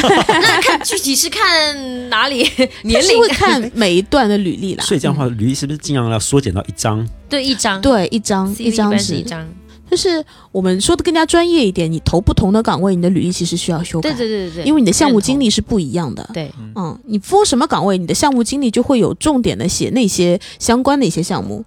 那看具体是看哪里
他
年
是会
龄？
看每一段的
(laughs)
履历啦。
所以这样的话，履历是不是尽量要缩减到一张？
对，一张，
对，一张
CV
一张
般是
纸
一，张。
就是我们说的更加专业一点，你投不同的岗位，你的履历其实需要修改，
对对对对对，
因为你的项目
认同
经理是不一样的。
对
嗯，你播什么岗位，你的项目经理就会有重点的写那些相关的一些项目。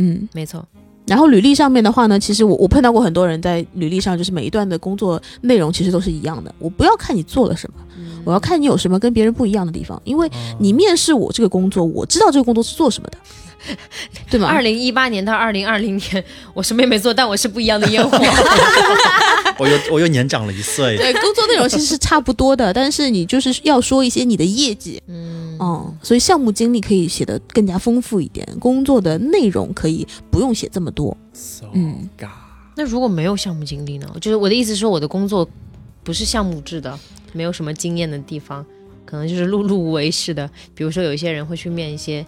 嗯，
没错，
然后履历上面的话呢，其实我我碰到过很多人在履历上，就是每一段的工作内容其实都是一样的。我不要看你做了什么，
嗯
我要看你有什么跟别人不一样的地方，
哦
因为你面试我这个工作，我知道这个工作是做什么的，
(laughs)
对吗？
二零一八年到二零二零年，我什么也没做，但我是不一样的
(laughs)
烟火。
我又我又年长了一岁。
对，工作内容其实是差不多的，但是你就是要说一些你的业绩，
嗯，
哦，所以项目经理可以写的更加丰富一点，工作的内容可以不用写这么多。
So
嗯
god，
那如果没有项目经理呢？就是我的意思是说，我的工作不是项目制的，没有什么经验的地方，可能就是碌碌无为式的。比如说，有一些人会去面一些，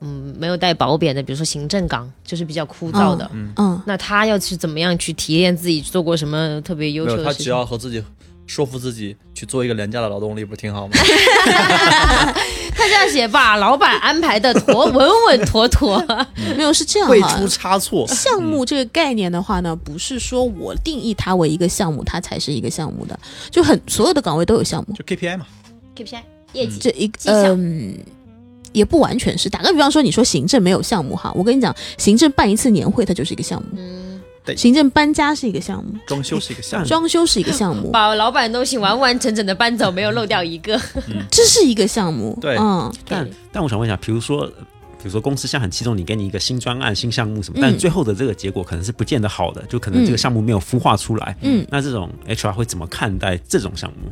嗯，没有带褒贬的，比如说行政岗，就是比较枯燥的。
嗯，
那他要去怎么样去体验自己做过什么特别优
没
秀
有，他
的事
只
情？
要和自己说服自己去做一个廉价的劳动力，不是挺好吗？
他这样写吧，老板安排的妥稳稳妥妥。 (laughs)
没有是这样
嗯会
哈
啊
出。差错。
项目这个概念的话呢，不是说我定义它为一个项目，它才是一个项目的，就很所有的岗位都有项目，
就 KPI 嘛，
KPI 业绩
这一
绩效
嗯。也不完全是，打个比方说，你说行政没有项目哈，我跟你讲，行政办一次年会它就是一个项目，
对
行政搬家是一个项目，
装修是一个项目。
装修是一个项目，
把老板的东西完完整整的搬走，没有漏掉一 (laughs) 个。
这是一个项目，
对
嗯，
但但我想问一下，比如说，比如说公司现在很器重你，给你一个新专案、新项目什么，但
嗯
最后的这个结果可能是不见得好的，就可能这个项目没有孵化出来。
嗯，
那这种 HR 会怎么看待这种项目？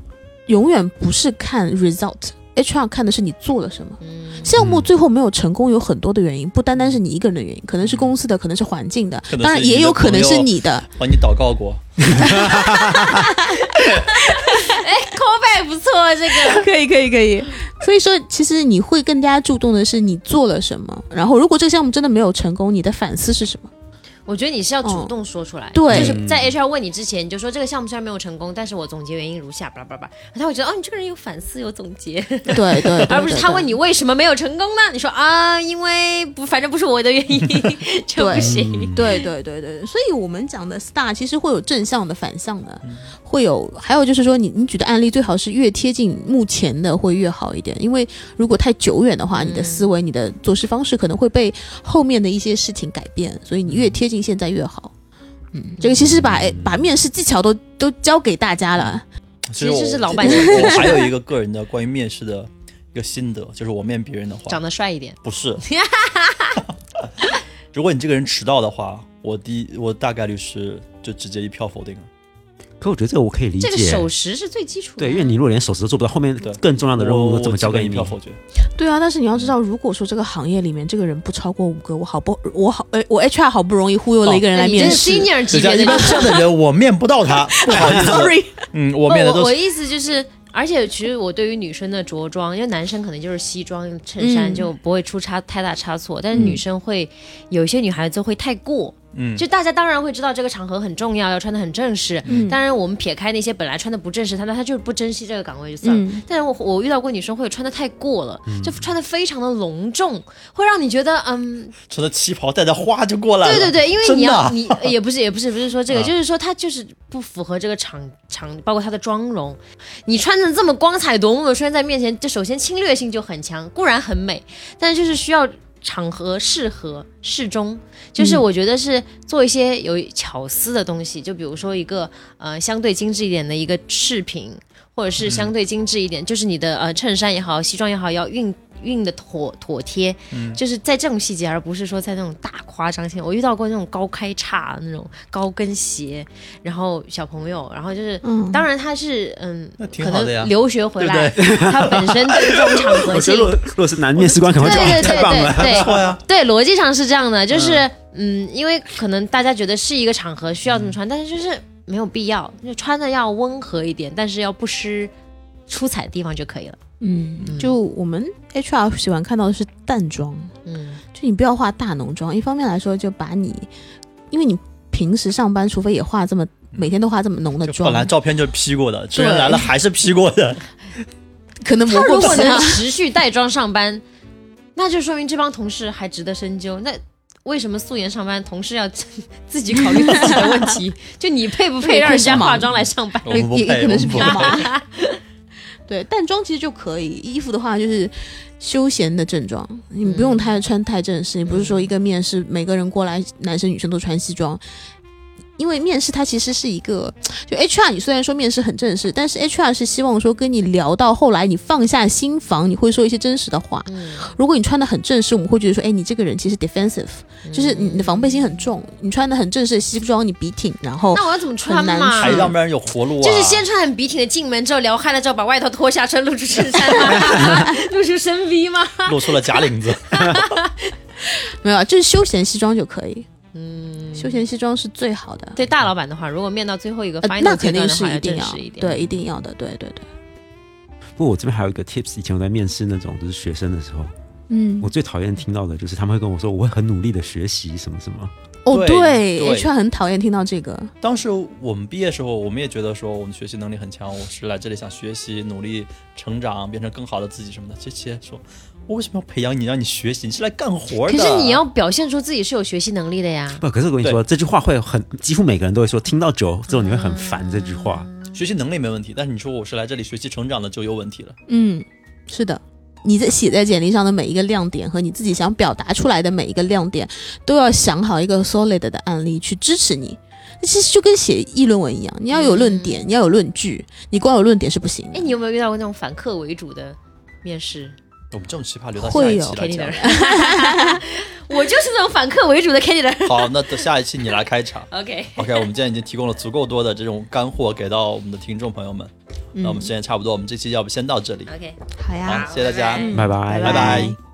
永远不是看 result，HR 看的是你做了什么。
嗯
项目最后没有成功，有很多的原因，不单单是你一个人的原因，可能是公司的，可能是环境的
可，能是
当然也有可能是你的。
帮你祷告过，
哎 callback 不错，这个
可以，可以，可以。所以说，其实你会更加注重的是你做了什么，然后如果这个项目真的没有成功，你的反思是什么？
(laughs) 我觉得你是要主动说出来，
对
就是
嗯
在 HR 问你之前，你就说这个项目虽然没有成功，但是我总结原因如下，巴拉巴拉巴拉，他会觉得哦，你这个人有反思，有总
(laughs)
结，
对对对，
而不是
对
他
对
问你为什么没有成功呢？你说啊，因为不，反正不是我的 (laughs) 原因，就不
嗯
行。
对对对对，对所以我们讲的 STAR 其实会有正向的、反向的，会有，还有就是说你，你举的案例最好是越贴近目前的会越好一点，因为如果太久远的话，你的思维、你的做事方式可能会被后面的一些事情改变，所以你越贴近现在越好。嗯，这个其实把、哎把面试技巧都都教给大家了。
其实是
我
老板
我
娘 (laughs)
我还有一个个人的关于面试的一个心得，就是我面别人的话，
长得帅一点，
不是。 (laughs) 如果你这个人迟到的话，我第一我大概率是就直接一票否定了。
可我觉得这个我可以理
这
解。
个守时是最基础的。
对，因为你如果连手指都做不到，后面
对
更重要的任
我
务
我
怎么交
基本
给
一
你
票？否决？
对啊，但是你要知道，如果说这个行业里面这个人不超过五个，我好不我好哎我 HR 好不容易忽悠了一个人来
哦哎你
面
这是
试、
senior 级
人家
别的
一般这样的人我面不到他，不好意
s
思 (laughs)
o r r y
嗯，我
不，
面的
我
都
我
是
意思就是，而且其实我对于女生的着装，因为男生可能就是西装、衬衫
嗯
就不会出差太大差错，但是女生会、有一些女孩子会太过，
嗯
就大家当然会知道这个场合很重要，要穿的很正式。当然，我们撇开那些本来穿的不正式，她那她就是不珍惜这个岗位就算了。
嗯
但是我我遇到过女生会有穿的太过了，就穿的非常的隆重，会让你觉得嗯
穿着旗袍带着花就过来了。
对对对，因为
真
你
的
要
啊
你呃也不是也不是不是说这个，
(laughs) 啊
就是说他就是不符合这个场场，包括他的妆容，你穿成这么光彩夺目的出现在面前，这首先侵略性就很强，固然很美，但是就是需要。场合适合适中，就是
嗯
我觉得是做一些有巧思的东西，就比如说一个呃相对精致一点的一个饰品，或者是相对精致一点，就是你的呃衬衫也好，西装也好，要熨熨的妥妥帖，就是在这种细节，而不是说在那种大夸张性。我遇到过那种高开叉、那种高跟鞋，然后小朋友，然后就是，
嗯
当然他是嗯，
那挺
可
好的呀
能留学回
对不
来，他本身对于这种场
(laughs)
合
我觉
性
得如，果如果是男面试官，可能
对
会觉得啊
对
太棒了。
对对
错呀，
对，逻辑上是这样的，就是嗯因为可能大家觉得是一个场合需要这么穿，但是就是没有必要，就穿的要温和一点，但是要不失出彩的地方就可以了。
嗯，就我们 HR 喜欢看到的是淡妆，
嗯，
就你不要化大浓妆。一方面来说，就把你，因为你平时上班，除非也化这么每天都化这么浓的
就
妆
本，来照片就是P 过的，真人
对
来了还是 P 过的。
可能
他
磨
如
过
果 (laughs)
皮
能
啊。
持续带妆上班，那就说明这帮同事还值得深究。那为什么素颜上班，同事要 (laughs) 自己考虑自己的问 (laughs) 题？就你配不配让人家化妆来上班？
我们不
也也
配，
可能
我
是
们不
比较
配。
对，淡妆其实就可以，衣服的话就是休闲的正装，你
嗯
不用太穿太正式。你不是说一个面试每个人过来，男生女生都穿西装，因为面试它其实是一个，就 HR 你虽然说面试很正式，但是 HR 是希望说跟你聊到后来你放下心防，你会说一些真实的话。
嗯，
如果你穿的很正式，我们会觉得说，哎，你这个人其实 defensive，就是你的防备心很重。你穿的很正式的西装，你笔挺，然后
(laughs) 那我要怎么穿
很难
嘛？
还让不让人有活路啊？
就是先穿很笔挺的进门，之后聊嗨了之后把外套脱下，穿露出衬衫 (laughs) 吗？露出深 V 吗？
露出了假领子，
没有，啊就是休闲西装就可以。嗯，休闲西装是最好的。
对大老板的话，如果面到最后一个
呃
final
那
阶
肯
段的
定是
话，要
定
正
要
式一点。
对，一定要的，对对对，
不过我这边还有一个 tips，以前我在面试那种就是学生的时候，
嗯
我，最讨厌听到的就是他们会跟我说我会很努力的学习什么什么，
哦，
对对
，HR 很讨厌听到这个，
当时我们毕业时候，我们也觉得说我们学习能力很强，我是来这里想学习、努力成长，变成更好的自己什么的。这些说，我为什么要培养你，让你学习？你是来干活的。
可是你要表现出自己是有学习能力的呀。
不，可是我跟你说这句话会很，几乎每个人都会说，听到久之后你会很烦这句话。
学习能力没问题，但是你说我是来这里学习成长的，就有问题了。
嗯，是的。你在写在简历上的每一个亮点和你自己想表达出来的每一个亮点，都要想好一个 solid 的案例去支持你。那其实就跟写议论文一样，你要有论点，你要有论据，你光有论点是不行的。
哎，嗯你有没有遇到过那种反客为主的面试
我们这种奇葩留到下
会
一
有
期来
k a t t
讲。
(laughs) 我就是那种反客为主的 k a t t y。
好，那等下一期你来开场
OK， (laughs)
OK，我们今天已经提供了足够多的这种干货给到我们的听众朋友们。
嗯
那我们时间差不多，我们这期要不先到这里。
OK。
好
好，谢谢大家。
嗯拜拜
拜
拜
拜
拜